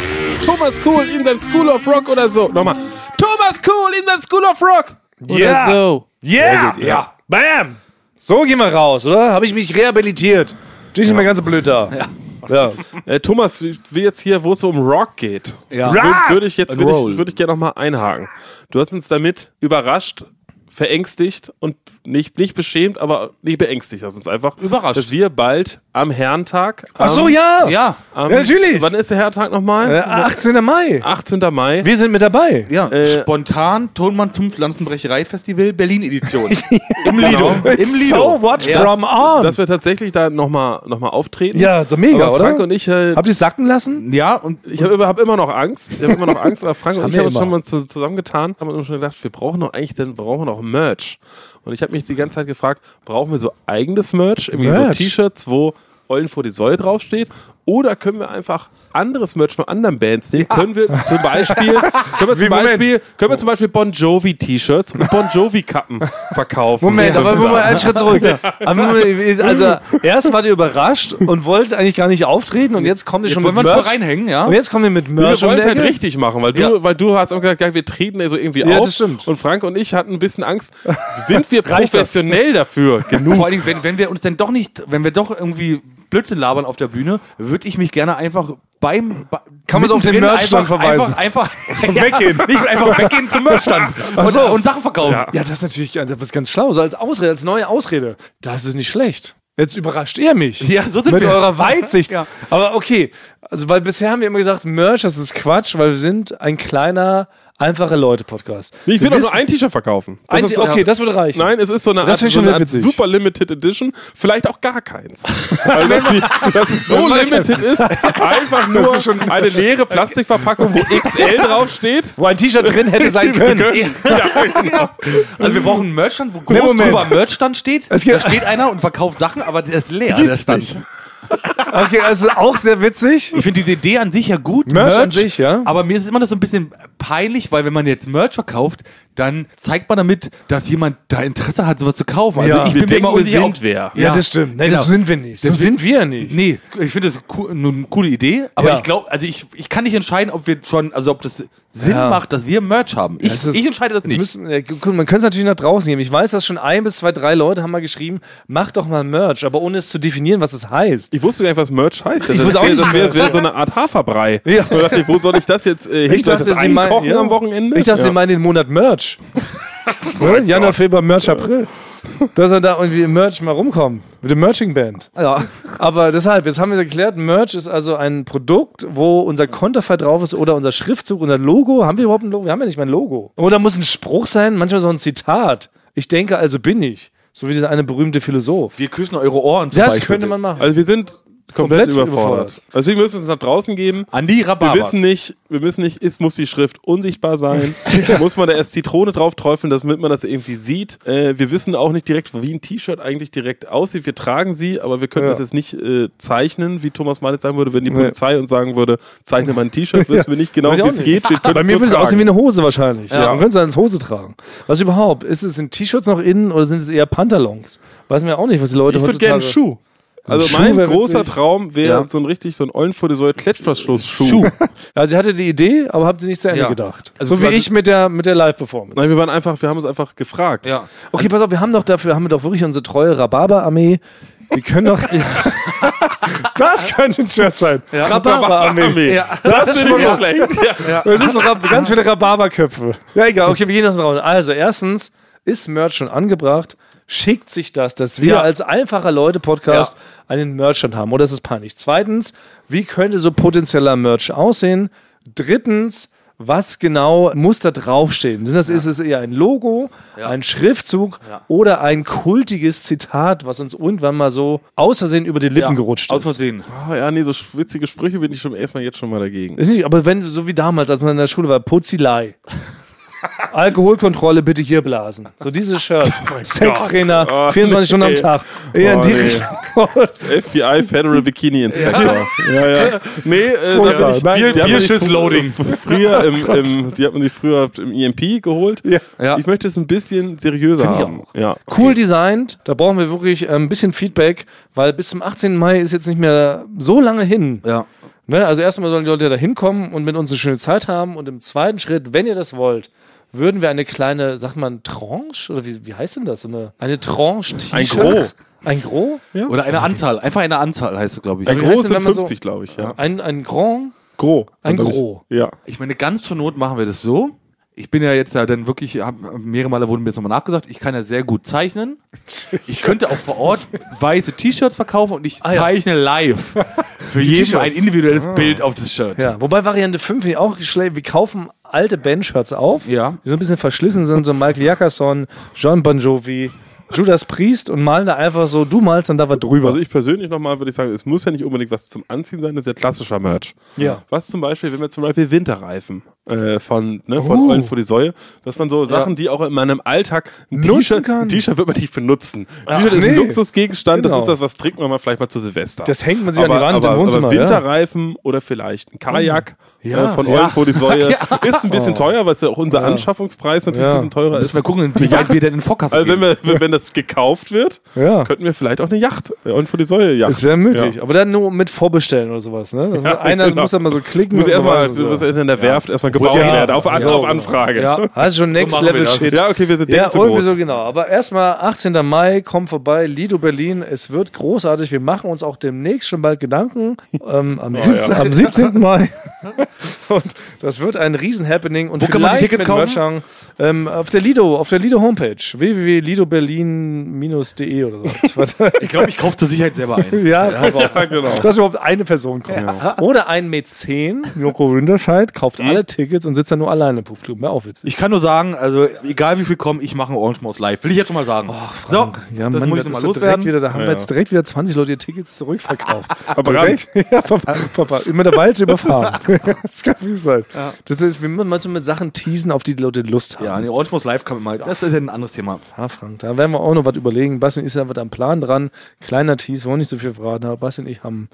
B: Thomas Cool in the School of Rock oder so. Nochmal. Thomas Cool in the School of Rock.
A: Yeah.
D: Oder so.
A: Yeah! ja. Bam! So gehen wir raus, oder? Habe ich mich rehabilitiert. Steh ich nicht mehr ganz so blöd da. Ja.
B: Äh, Thomas, ich will jetzt hier, wo es um Rock geht,
A: Ja.
B: Wür-
A: Rock
B: würde ich jetzt
A: and
B: würde
A: roll.
B: ich, würde ich gerne nochmal einhaken. Du hast uns damit überrascht, verängstigt und nicht, nicht beschämt, aber nicht beängstigt. Hast uns einfach
C: Überrascht.
B: dass wir bald am Herrentag.
A: Ach so,
B: am-
A: ja!
C: Ja.
B: am-
A: Ja, natürlich.
B: Ähm, Wann ist der Herrentag
A: Äh,
B: nochmal?
A: 18. Mai.
B: 18. Mai.
A: Wir sind mit dabei.
C: Ja,
B: Äh,
C: spontan Tonmann zum Pflanzenbrecherei-Festival (laughs) Berlin-Edition.
B: Im Lido.
C: Im Lido.
A: So what
C: Ja.
A: from on?
B: Dass wir tatsächlich da nochmal noch mal auftreten.
A: ja, so mega,
B: aber
A: oder?
B: Frank und ich äh,
A: Habt ihr es sacken lassen?
C: ja, und
B: Ich habe hab immer noch Angst. Ich habe immer noch Angst. Aber Frank und
A: haben
B: ich
A: wir
B: haben uns
A: immer.
B: schon mal zu, zusammengetan, haben uns schon gedacht, wir brauchen doch eigentlich, dann brauchen wir noch Merch. Und ich habe mich die ganze Zeit gefragt, brauchen wir so eigenes Merch, irgendwie
A: Merch?
B: so T-Shirts, wo Eulen vor die Säule draufsteht, oder können wir einfach anderes Merch von anderen Bands nehmen? Können wir
A: (laughs)
B: zum Beispiel, können wir
A: Wie,
B: zum
A: Moment.
B: Beispiel, können wir zum Beispiel Bon Jovi T-Shirts und Bon Jovi Kappen verkaufen?
A: Moment,
B: Ja.
A: aber wir mal einen Schritt zurück. Aber Moment, Also, erst wart ihr überrascht und wollt eigentlich gar nicht auftreten und jetzt kommt ihr schon
C: wollen wir
A: mit
C: uns voll
A: Merch.
C: reinhängen, ja?
A: Und jetzt kommen wir mit
B: Wir
A: Merch. um
B: wollen
A: die
B: es halt
A: Ecke.
B: richtig machen, weil du,
C: Ja.
B: weil du hast auch gesagt, ja, wir treten so irgendwie
A: Ja,
B: auf.
A: das stimmt.
B: Und Frank und ich hatten ein
A: (laughs)
B: bisschen Angst. Sind wir
A: Reicht das? (laughs)
B: professionell dafür?
C: Vor allen Dingen, wenn, wenn wir uns denn doch nicht, wenn wir doch irgendwie Blödsinn labern auf der Bühne, würde ich mich gerne einfach beim. Bei,
A: Kann man so auf den
C: mittendrin
A: Merchstand
C: einfach-
A: verweisen?
C: Einfach, einfach (laughs) weggehen. Ich will einfach weggehen zum Merchstand und, und Sachen verkaufen.
A: Ja, das ist natürlich das ist ganz schlau. So als Ausrede, als neue Ausrede. Das ist nicht schlecht. Jetzt überrascht ihr mich.
C: Ja, so sind
A: Mit
C: wir.
A: eurer Weitsicht.
C: Ja.
A: Aber okay. Also, weil bisher haben wir immer gesagt, Merch, das ist Quatsch, weil wir sind ein kleiner, einfache Leute-Podcast.
B: Ich will
A: Wir
B: doch nur
A: wissen-
B: ein T-Shirt verkaufen.
A: ein-
B: ist so-
A: Okay, das würde reichen.
B: Nein, es ist so eine
A: Das find ich
B: so
A: schon
B: eine
A: wieder witzig.
B: super limited edition, vielleicht auch
A: (laughs)
B: gar keins. Weil das, die, dass es so limited ist, einfach nur
A: ist schon-
B: eine leere Plastikverpackung, wo XL draufsteht.
A: Wo ein T-Shirt drin hätte sein können.
C: Also wir brauchen einen Merchstand, wo groß
A: Nee, Moment.
C: drüber Merchstand steht.
A: Es gibt-
C: da steht einer und verkauft Sachen, aber der ist leer. Der Stand.
A: Okay, das ist auch sehr witzig.
C: Ich finde diese Idee an sich ja gut.
A: Merch an sich, ja.
C: Aber mir ist immer das so ein bisschen peinlich, weil wenn man jetzt Merch verkauft, dann zeigt man damit, dass jemand da Interesse hat, sowas zu kaufen. Also
A: Ja.
C: ich
A: Wir
C: bin mir
B: denken,
C: mal
B: wir
C: unsicher,
B: sind
C: ob-
B: wer.
A: Ja, das stimmt. Nee, das
C: genau.
A: sind wir nicht. So
C: Deswegen-
A: sind wir nicht.
C: Nee, ich finde das cool, nur eine coole Idee, aber
A: Ja.
C: ich glaube, also ich, ich kann nicht entscheiden, ob wir schon, also ob das Sinn
A: Ja.
C: macht, dass wir Merch haben. Ich,
A: Das ist-
C: ich entscheide das
A: jetzt
C: nicht.
A: Müssen, ja, gut, man könnte es natürlich nach draußen nehmen. Ich weiß, dass schon ein bis zwei, drei Leute haben mal geschrieben, mach doch mal Merch, aber ohne es zu definieren, was es heißt.
B: Ich wusste gar nicht, was Merch heißt.
A: Ich
B: das
A: wusste auch
B: wäre
A: nicht,
B: das wär,
A: was-
B: das wär so eine Art Haferbrei.
A: Ja.
B: Und dachte ich, wo soll ich das jetzt äh, hin? Soll ich das einkochen
A: ja.
B: am Wochenende?
A: Ich dachte, sie
B: ja.
A: meinen den Monat
B: (laughs)
A: Merch. Ne? Januar, Februar, Merch, April. Dass er da irgendwie im Merch mal rumkommt. Mit der Merching Band.
C: Ja.
A: Aber deshalb, jetzt haben wir es erklärt, Merch ist also ein Produkt, wo unser Konterfei drauf ist oder unser Schriftzug, unser Logo. Haben wir überhaupt ein Logo? Wir haben ja nicht mal ein Logo. Oder muss ein Spruch sein, manchmal so ein Zitat. Ich denke, also bin ich. So wie dieser eine berühmte Philosoph.
C: Wir küssen eure Ohren. zum
A: Das
C: Beispiel.
A: könnte man machen.
B: Also wir sind komplett,
A: Komplett
B: überfordert. Also
A: überfordert.
B: Deswegen müssen wir uns nach draußen geben.
C: An die
B: Wir
C: Rhabarber.
B: wissen nicht, wir müssen nicht, ist, muss die Schrift
A: (laughs)
B: unsichtbar sein. Muss man da erst Zitrone drauf träufeln, damit man das irgendwie sieht. Äh, wir wissen auch nicht direkt, wie ein T-Shirt eigentlich direkt aussieht. Wir tragen sie, aber wir können
A: Ja.
B: das jetzt nicht äh, zeichnen, wie Thomas Malitz sagen würde, wenn die
A: Nee.
B: Polizei uns sagen würde, zeichne mal
A: (laughs)
B: ein T-Shirt, wissen wir nicht genau,
A: Weiß
B: wie
A: ich auch
B: es
A: nicht. Ah,
B: geht. Wir können
A: Bei mir
B: nur
A: würde es aussehen wie
B: tragen.
A: eine Hose wahrscheinlich.
C: Ja.
A: Man könnte es als Hose tragen. Was überhaupt? Ist es, sind T-Shirts noch innen oder sind es eher Pantalons? Weiß man ja auch nicht, was die Leute
B: Ich würde gerne einen Schuh. Also
A: Schuh
B: mein
A: wär
B: großer
A: witzig.
B: Traum wäre
A: Ja.
B: so ein richtig, so ein Ollenfude, so ein Klettverschlussschuh.
A: (laughs) Schuh. Also ich hatte die Idee, aber habe sie nicht zu Ende
C: Ja.
A: gedacht.
C: Also
A: so wie
C: quasi-
A: ich mit der, mit der Live-Performance.
B: Nein, wir waren einfach, wir haben uns einfach
A: (laughs)
B: gefragt.
C: Ja.
A: Okay, pass auf, wir haben doch dafür, haben wir doch wirklich unsere treue Rhabarber-Armee. Die können
B: (laughs)
A: doch. das könnte ein Shirt sein. Rhabarber-Armee. Das, ist immer gut. Es ist Rhab- ganz viele Rhabarberköpfe. Ja, egal. Okay, wir gehen das raus. Also, erstens, ist Merch schon angebracht? Schickt sich das, dass wir
C: Ja.
A: als einfacher Leute-Podcast einen Merch schon haben? Oder ist es peinlich? Zweitens, wie könnte so potenzieller Merch aussehen? Drittens, was genau muss da draufstehen? Sind das, Ist es eher ein Logo, ein Schriftzug oder ein kultiges Zitat, was uns irgendwann mal so außersehen über die Lippen gerutscht
C: Aus
A: ist?
C: Versehen.
B: Ah, ja, nee, so witzige Sprüche bin ich schon erstmal jetzt schon mal dagegen. (laughs)
A: Ist nicht, aber wenn, so wie damals, als man in der Schule war, Putzilei. Alkoholkontrolle bitte hier blasen. So diese Shirts. Sextrainer,
B: Oh,
A: 24 Stunden am
B: nee.
A: Tag. Eher in
B: Oh,
A: die
B: nee.
A: Richtung. (laughs)
B: FBI Federal Bikini Inspector. Ja, ja. Nee, äh, da
A: Furchtbar.
B: bin ich,
A: Nein, Oh
B: die haben
C: Bierschiss
B: sich fr-
C: Loading.
A: (laughs)
B: Früher im, im, die hat man sich früher im EMP geholt.
A: Ja.
C: Ja.
B: Ich möchte es ein bisschen seriöser
A: ich
B: haben. Ja.
A: Cool designt. Da brauchen wir wirklich äh, ein bisschen Feedback, weil bis zum 18. Mai ist jetzt nicht mehr so lange hin.
C: Ja.
A: Ne? Also erstmal sollen die Leute da hinkommen und mit uns eine schöne Zeit haben. Und im zweiten Schritt, wenn ihr das wollt, würden wir eine kleine, sagt man, Tranche? Oder wie, wie heißt denn das? So Eine, eine Tranche T-Shirts?
B: Ein Gros.
A: Ein Gros?
C: Oder eine Anzahl. Einfach eine Anzahl heißt es, glaube ich.
B: Ein
A: wie
B: Groß
A: heißt denn,
B: sind
A: wenn man so-
B: 50, glaube ich, ja.
A: Ein, ein Grand?
B: Gro.
A: Ein
B: Glaub ich.
A: Gro.
B: Ja.
C: Ich meine, ganz zur Not machen wir das so. Ich bin ja jetzt ja dann wirklich, hab, mehrere Male wurden mir jetzt nochmal nachgesagt, ich kann ja sehr gut zeichnen. Ich könnte auch vor (laughs) Ort weiße T-Shirts verkaufen und ich
A: ja.
C: zeichne (laughs) live für jeden
A: T-Shirts.
C: ein individuelles Bild auf das Shirt.
A: Ja, wobei Variante 5 finde ich auch schlecht. Wir kaufen alte Bandshirts auf,
C: Ja.
A: die so ein bisschen verschlissen sind, so Michael Jackerson, John Bon Jovi, Judas Priest und malen da einfach so, du malst, dann da was drüber.
B: Also ich persönlich nochmal würde ich sagen, es muss ja nicht unbedingt was zum Anziehen sein, das ist ja klassischer Merch.
A: Ja.
B: Was zum Beispiel, wenn wir zum Beispiel Winterreifen äh, von, ne, von
A: Oh.
B: Eulen vor die Säue, dass man so Sachen, die auch in meinem Alltag ein
A: Nutzen
B: T-Shirt,
A: kann.
B: ein T-Shirt wird man nicht benutzen. Ein T-Shirt ist ein
A: nee.
B: Luxusgegenstand,
A: Genau.
B: das ist das, was trinkt man mal vielleicht mal zu Silvester.
A: Das hängt man sich an die Wand im
B: aber,
A: Wohnzimmer,
B: Aber
A: ja.
B: Winterreifen oder vielleicht ein Kajak
A: Ja.
B: äh, von
A: Ja. Oh.
B: Eulen
A: (laughs)
B: vor die Säue ist ein bisschen teuer, weil es ja auch unser Anschaffungspreis natürlich
A: Ja.
B: ein bisschen teurer ist.
C: Müssen wir gucken, wie weit wir denn in den Fockhaft
B: Also wenn, wir, wenn, wenn das gekauft wird,
A: Ja.
B: könnten wir vielleicht auch eine Yacht äh, und vor die Säule Yacht.
A: das wäre möglich,
B: Ja.
A: aber dann nur mit vorbestellen oder sowas. Ne? Das
B: Ja,
A: einer
B: genau.
A: muss dann mal so klicken.
B: Muss
A: und
B: erstmal
A: dann weiß es, ja.
B: muss erst in der Werft erstmal gebaut
A: Ja.
B: werden. Auf, An
A: Ja.
B: auf Anfrage.
C: Ja.
A: Das ist schon Next
C: machen wir
A: Level
C: das.
A: Shit.
B: Ja, okay, wir sind
A: Ja,
B: denken zu
A: irgendwie
B: groß.
A: so genau. Aber erstmal 18. Mai, komm vorbei, Lido Berlin. Es wird großartig. Wir machen uns auch demnächst schon bald Gedanken. Ähm,
C: (laughs) Oh,
A: am, siebzehn- am 17. Mai. Und das wird ein Riesen-Happening. Und
C: Wo kann man die
A: vielleicht
C: Tickets
A: mit
C: kaufen?
A: Merchang, ähm, auf der Lido, auf der Lido Homepage. www.lidoberlin-de oder so. Was-
C: (laughs) Ich glaube, ich kaufe zur Sicherheit selber ein.
A: ja, aber
B: Ja, genau.
A: dass überhaupt eine Person kommt. Oder ein Mäzen, Joko Winterscheid, kauft
C: Hm?
A: alle Tickets und sitzt dann nur alleine im Publikum. Mehr aufwitzig.
C: (laughs) Ich kann nur sagen, also egal wie viel kommen, ich mache einen Orange Mouse live. Will ich jetzt schon mal sagen. so,
A: Ja,
C: das
A: Mann,
C: muss ich
A: das ist
C: nochmal
A: doch direkt
C: loswerden.
A: wieder, da haben
B: Ja.
A: wir jetzt direkt wieder 20 Leute ihr Tickets
B: (laughs)
A: zurückverkauft.
B: Verbrannt.
A: Direkt- (laughs) ja, ver- ver- mit der Walze
C: (laughs)
A: überfahren. das kann nicht sein. Das ist, wir müssen manchmal mit Sachen teasen, auf die die Leute Lust haben.
C: ja, ne. nee, Orange Mouse live kann man mal. Das ist ja ein anderes Thema.
A: Ja, Frank, da werden wir auch noch was überlegen. Basti ist ja was am Plan dran. Kleiner Tease, wollen nicht so viel verraten, aber Basti und ich haben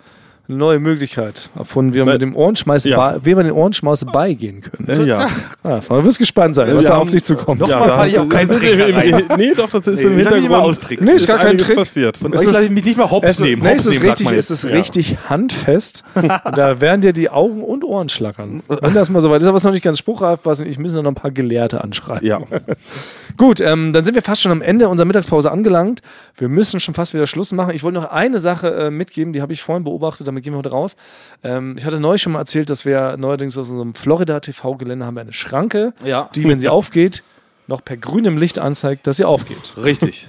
A: eine neue Möglichkeit erfunden, wie wir
B: Weil-
A: mit dem Ohrenschmeiß
B: Ja.
A: bei- wie wir den Ohrenschmaus beigehen können.
B: Äh, (laughs) ja.
A: Ah, du wirst gespannt sein, was
B: Wir
A: da
B: haben-
A: auf dich zukommt.
C: Nochmal
B: da
C: fahr ich
B: hat-
C: auch keinen
B: das ist
C: Trick
B: im-
C: (laughs) rein.
B: Nee, doch, das ist
C: Nee,
B: im
C: das hab
B: Hintergrund.
C: ich nicht mal austricksen.
A: Nee, ist gar kein
B: einiges
A: Trick.
B: passiert.
C: Von
A: Es
C: euch
A: ist-
C: lasse ich mich nicht mal hops
A: Es,
C: nehmen.
A: nee, es
C: Hops
A: ist
C: nehmen, sagt
A: richtig,
C: man
A: es
C: jetzt.
A: ist richtig
C: (laughs)
A: handfest. und da werden dir die Augen und Ohren schlackern. Wenn das mal soweit ist, aber es ist noch nicht ganz spruchreif, was ich müssen noch ein paar Gelehrte anschreiben.
B: Ja.
A: Gut, ähm, dann sind wir fast schon am Ende unserer Mittagspause angelangt. Wir müssen schon fast wieder Schluss machen. Ich wollte noch eine Sache äh, mitgeben, die habe ich vorhin beobachtet, damit gehen wir heute raus. Ähm, ich hatte neulich schon mal erzählt, dass wir neuerdings aus unserem Florida-TV-Gelände haben wir eine Schranke,
C: Ja.
A: die, wenn sie aufgeht, noch per grünem Licht anzeigt, dass sie aufgeht.
C: Richtig.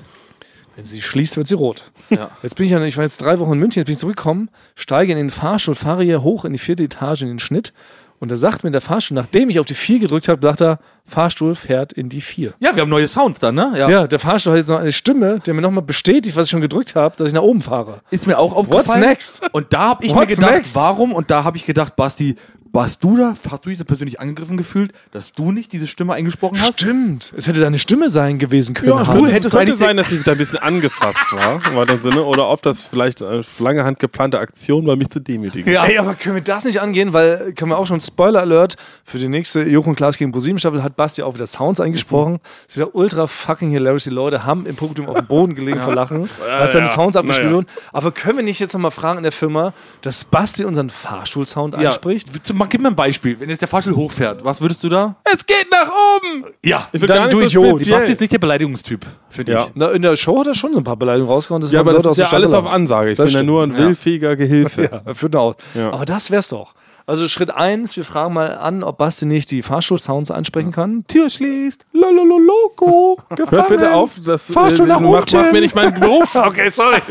A: Wenn sie schließt, wird sie rot.
C: Ja.
A: Jetzt bin ich ja, ich war jetzt drei Wochen in München, jetzt bin ich zurückgekommen, steige in den Fahrstuhl, fahre hier hoch in die vierte Etage in den Schnitt. Und da sagt mir der Fahrstuhl, nachdem ich auf die vier gedrückt habe, sagt er, Fahrstuhl fährt in die vier.
C: Ja, wir haben neue Sounds dann, ne?
A: Ja. der Fahrstuhl hat jetzt noch eine Stimme, der mir nochmal bestätigt, was ich schon gedrückt habe, dass ich nach oben fahre.
C: Ist mir auch aufgefallen.
A: What's next?
C: Und da habe ich mir
A: What's
C: gedacht,
A: next?
C: warum? Und da habe ich gedacht, Basti, warst du da? Hast du dich da persönlich angegriffen gefühlt, dass du nicht diese Stimme eingesprochen hast?
A: Stimmt, es hätte deine Stimme sein gewesen können.
B: Ja,
A: Hans.
B: du hättest es könnte
C: eigentlich-
B: sein, dass ich da ein bisschen angefasst war, im weiteren Sinne, oder ob das vielleicht auf lange Hand geplante Aktion war, mich zu demütigen.
A: Ja. Ey, aber können wir das nicht angehen, weil äh, können wir auch schon Spoiler Alert für die nächste Jochen Klaas gegen ProSieben Staffel hat Basti auch wieder Sounds eingesprochen.
B: Mhm.
A: Ist wieder ultra fucking hilarious. Die Leute haben im Publikum auf dem Boden gelegen vor Lachen, hat seine
B: ja.
A: Sounds abgespielt.
B: Naja.
A: wurden. Aber können wir nicht jetzt nochmal fragen in der Firma, dass Basti unseren Fahrstuhlsound anspricht?
C: Willst du mal- Gib mir ein Beispiel. Wenn jetzt der Fahrstuhl hochfährt, was würdest du da?
D: Es geht nach oben!
C: Ja.
B: Ich will
A: Dann
B: gar nicht
A: du
B: so
A: Idiot.
C: Die
B: speziell.
C: Basti ist nicht der Beleidigungstyp, finde
B: Ja.
C: ich.
A: Na, in der Show hat er schon so ein paar Beleidigungen rausgehauen.
B: Ja, aber das
A: Leute
B: ist ja
A: der Stadt
B: alles auf
A: gelaufen.
B: Ansage. Ich
A: Das
B: bin ja
A: stimmt.
B: nur ein willfähiger Gehilfe.
A: Ja, führt aus.
B: Ja.
A: Aber das wär's doch. Also Schritt eins: wir fragen mal an, ob Basti nicht die Fahrstuhlsounds ansprechen kann. Tür schließt. Lololo Loco.
B: Hört bitte auf, das
A: Fahrstuhl nach
B: mach,
A: unten.
B: mach mir nicht meinen
C: (laughs)
B: Beruf.
A: Okay, sorry.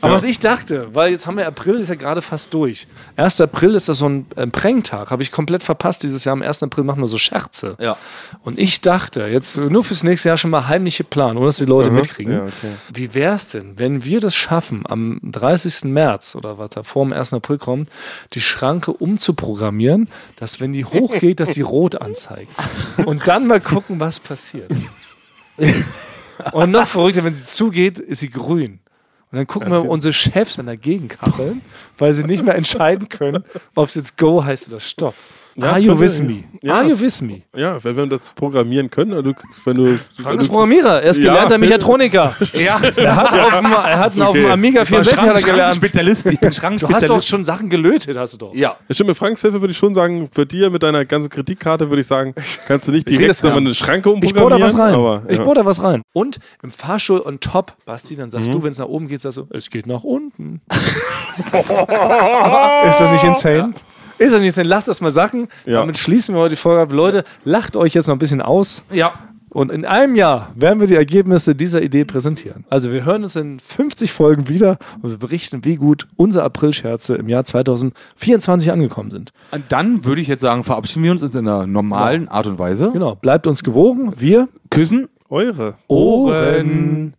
A: Aber was ich dachte, weil jetzt haben wir April, ist ja gerade fast durch. 1. April ist das so ein äh, Pranktag, habe ich komplett verpasst dieses Jahr. Am 1. April machen wir so Scherze.
C: Ja.
A: Und ich dachte, jetzt äh, nur fürs nächste Jahr schon mal heimliche Plan, ohne dass die Leute mitkriegen.
B: Ja, okay.
A: Wie wäre es denn, wenn wir das schaffen, am 30. März oder was da vor dem 1. April kommt, die Schranke umzuprogrammieren, dass wenn die hochgeht, dass sie rot
B: (laughs)
A: anzeigt. Und dann mal gucken, was passiert. Und noch verrückter, wenn sie zugeht, ist sie grün. Und dann gucken wir unsere Chefs dann dagegen kacheln, weil sie nicht mehr entscheiden können, ob es jetzt Go heißt oder Stopp. Are
B: das
A: you
B: könnte-
A: with me?
B: ja.
A: Are you with me?
B: Ja, wenn wir das programmieren können, wenn du. Wenn du
A: Frank ist Programmierer, er ist
B: Ja.
A: gelernter Mechatroniker.
C: Ja.
A: Er hat auf dem, er hat auf dem
B: Okay.
A: Amiga 64 hat er gelernt.
C: Spezialist. Ich bin
A: Du hast
C: Schrankspezialist.
A: doch schon Sachen gelötet, hast du doch.
C: ja.
B: Ja, stimmt, mit Franks Hilfe würde ich schon sagen, bei dir mit deiner ganzen Kreditkarte würde ich sagen, kannst du nicht
A: das
B: direkt
A: ja.
B: nochmal eine Schranke
A: Ich bohr da
B: umprogrammieren.
A: was rein.
B: Aber,
A: Ich
B: ja.
A: bohr da was rein. Und im Fahrstuhl on top, Basti, dann sagst
B: Mhm.
A: du, wenn es nach oben geht, sagst du, es geht nach
B: (laughs)
A: unten. ist das nicht insane? Ist das nicht insane? Lasst das mal sacken.
B: Ja.
A: Damit schließen wir heute die Folge ab. Leute, lacht euch jetzt noch ein bisschen aus.
C: Ja.
A: Und in einem Jahr werden wir die Ergebnisse dieser Idee präsentieren. Also wir hören uns in 50 Folgen wieder und wir berichten, wie gut unsere Aprilscherze im Jahr 2024 angekommen sind.
C: Und dann würde ich jetzt sagen, verabschieden wir uns in einer normalen Art und Weise.
A: Genau, bleibt uns gewogen. Wir
C: Küssen.
B: Eure.
A: Ohren.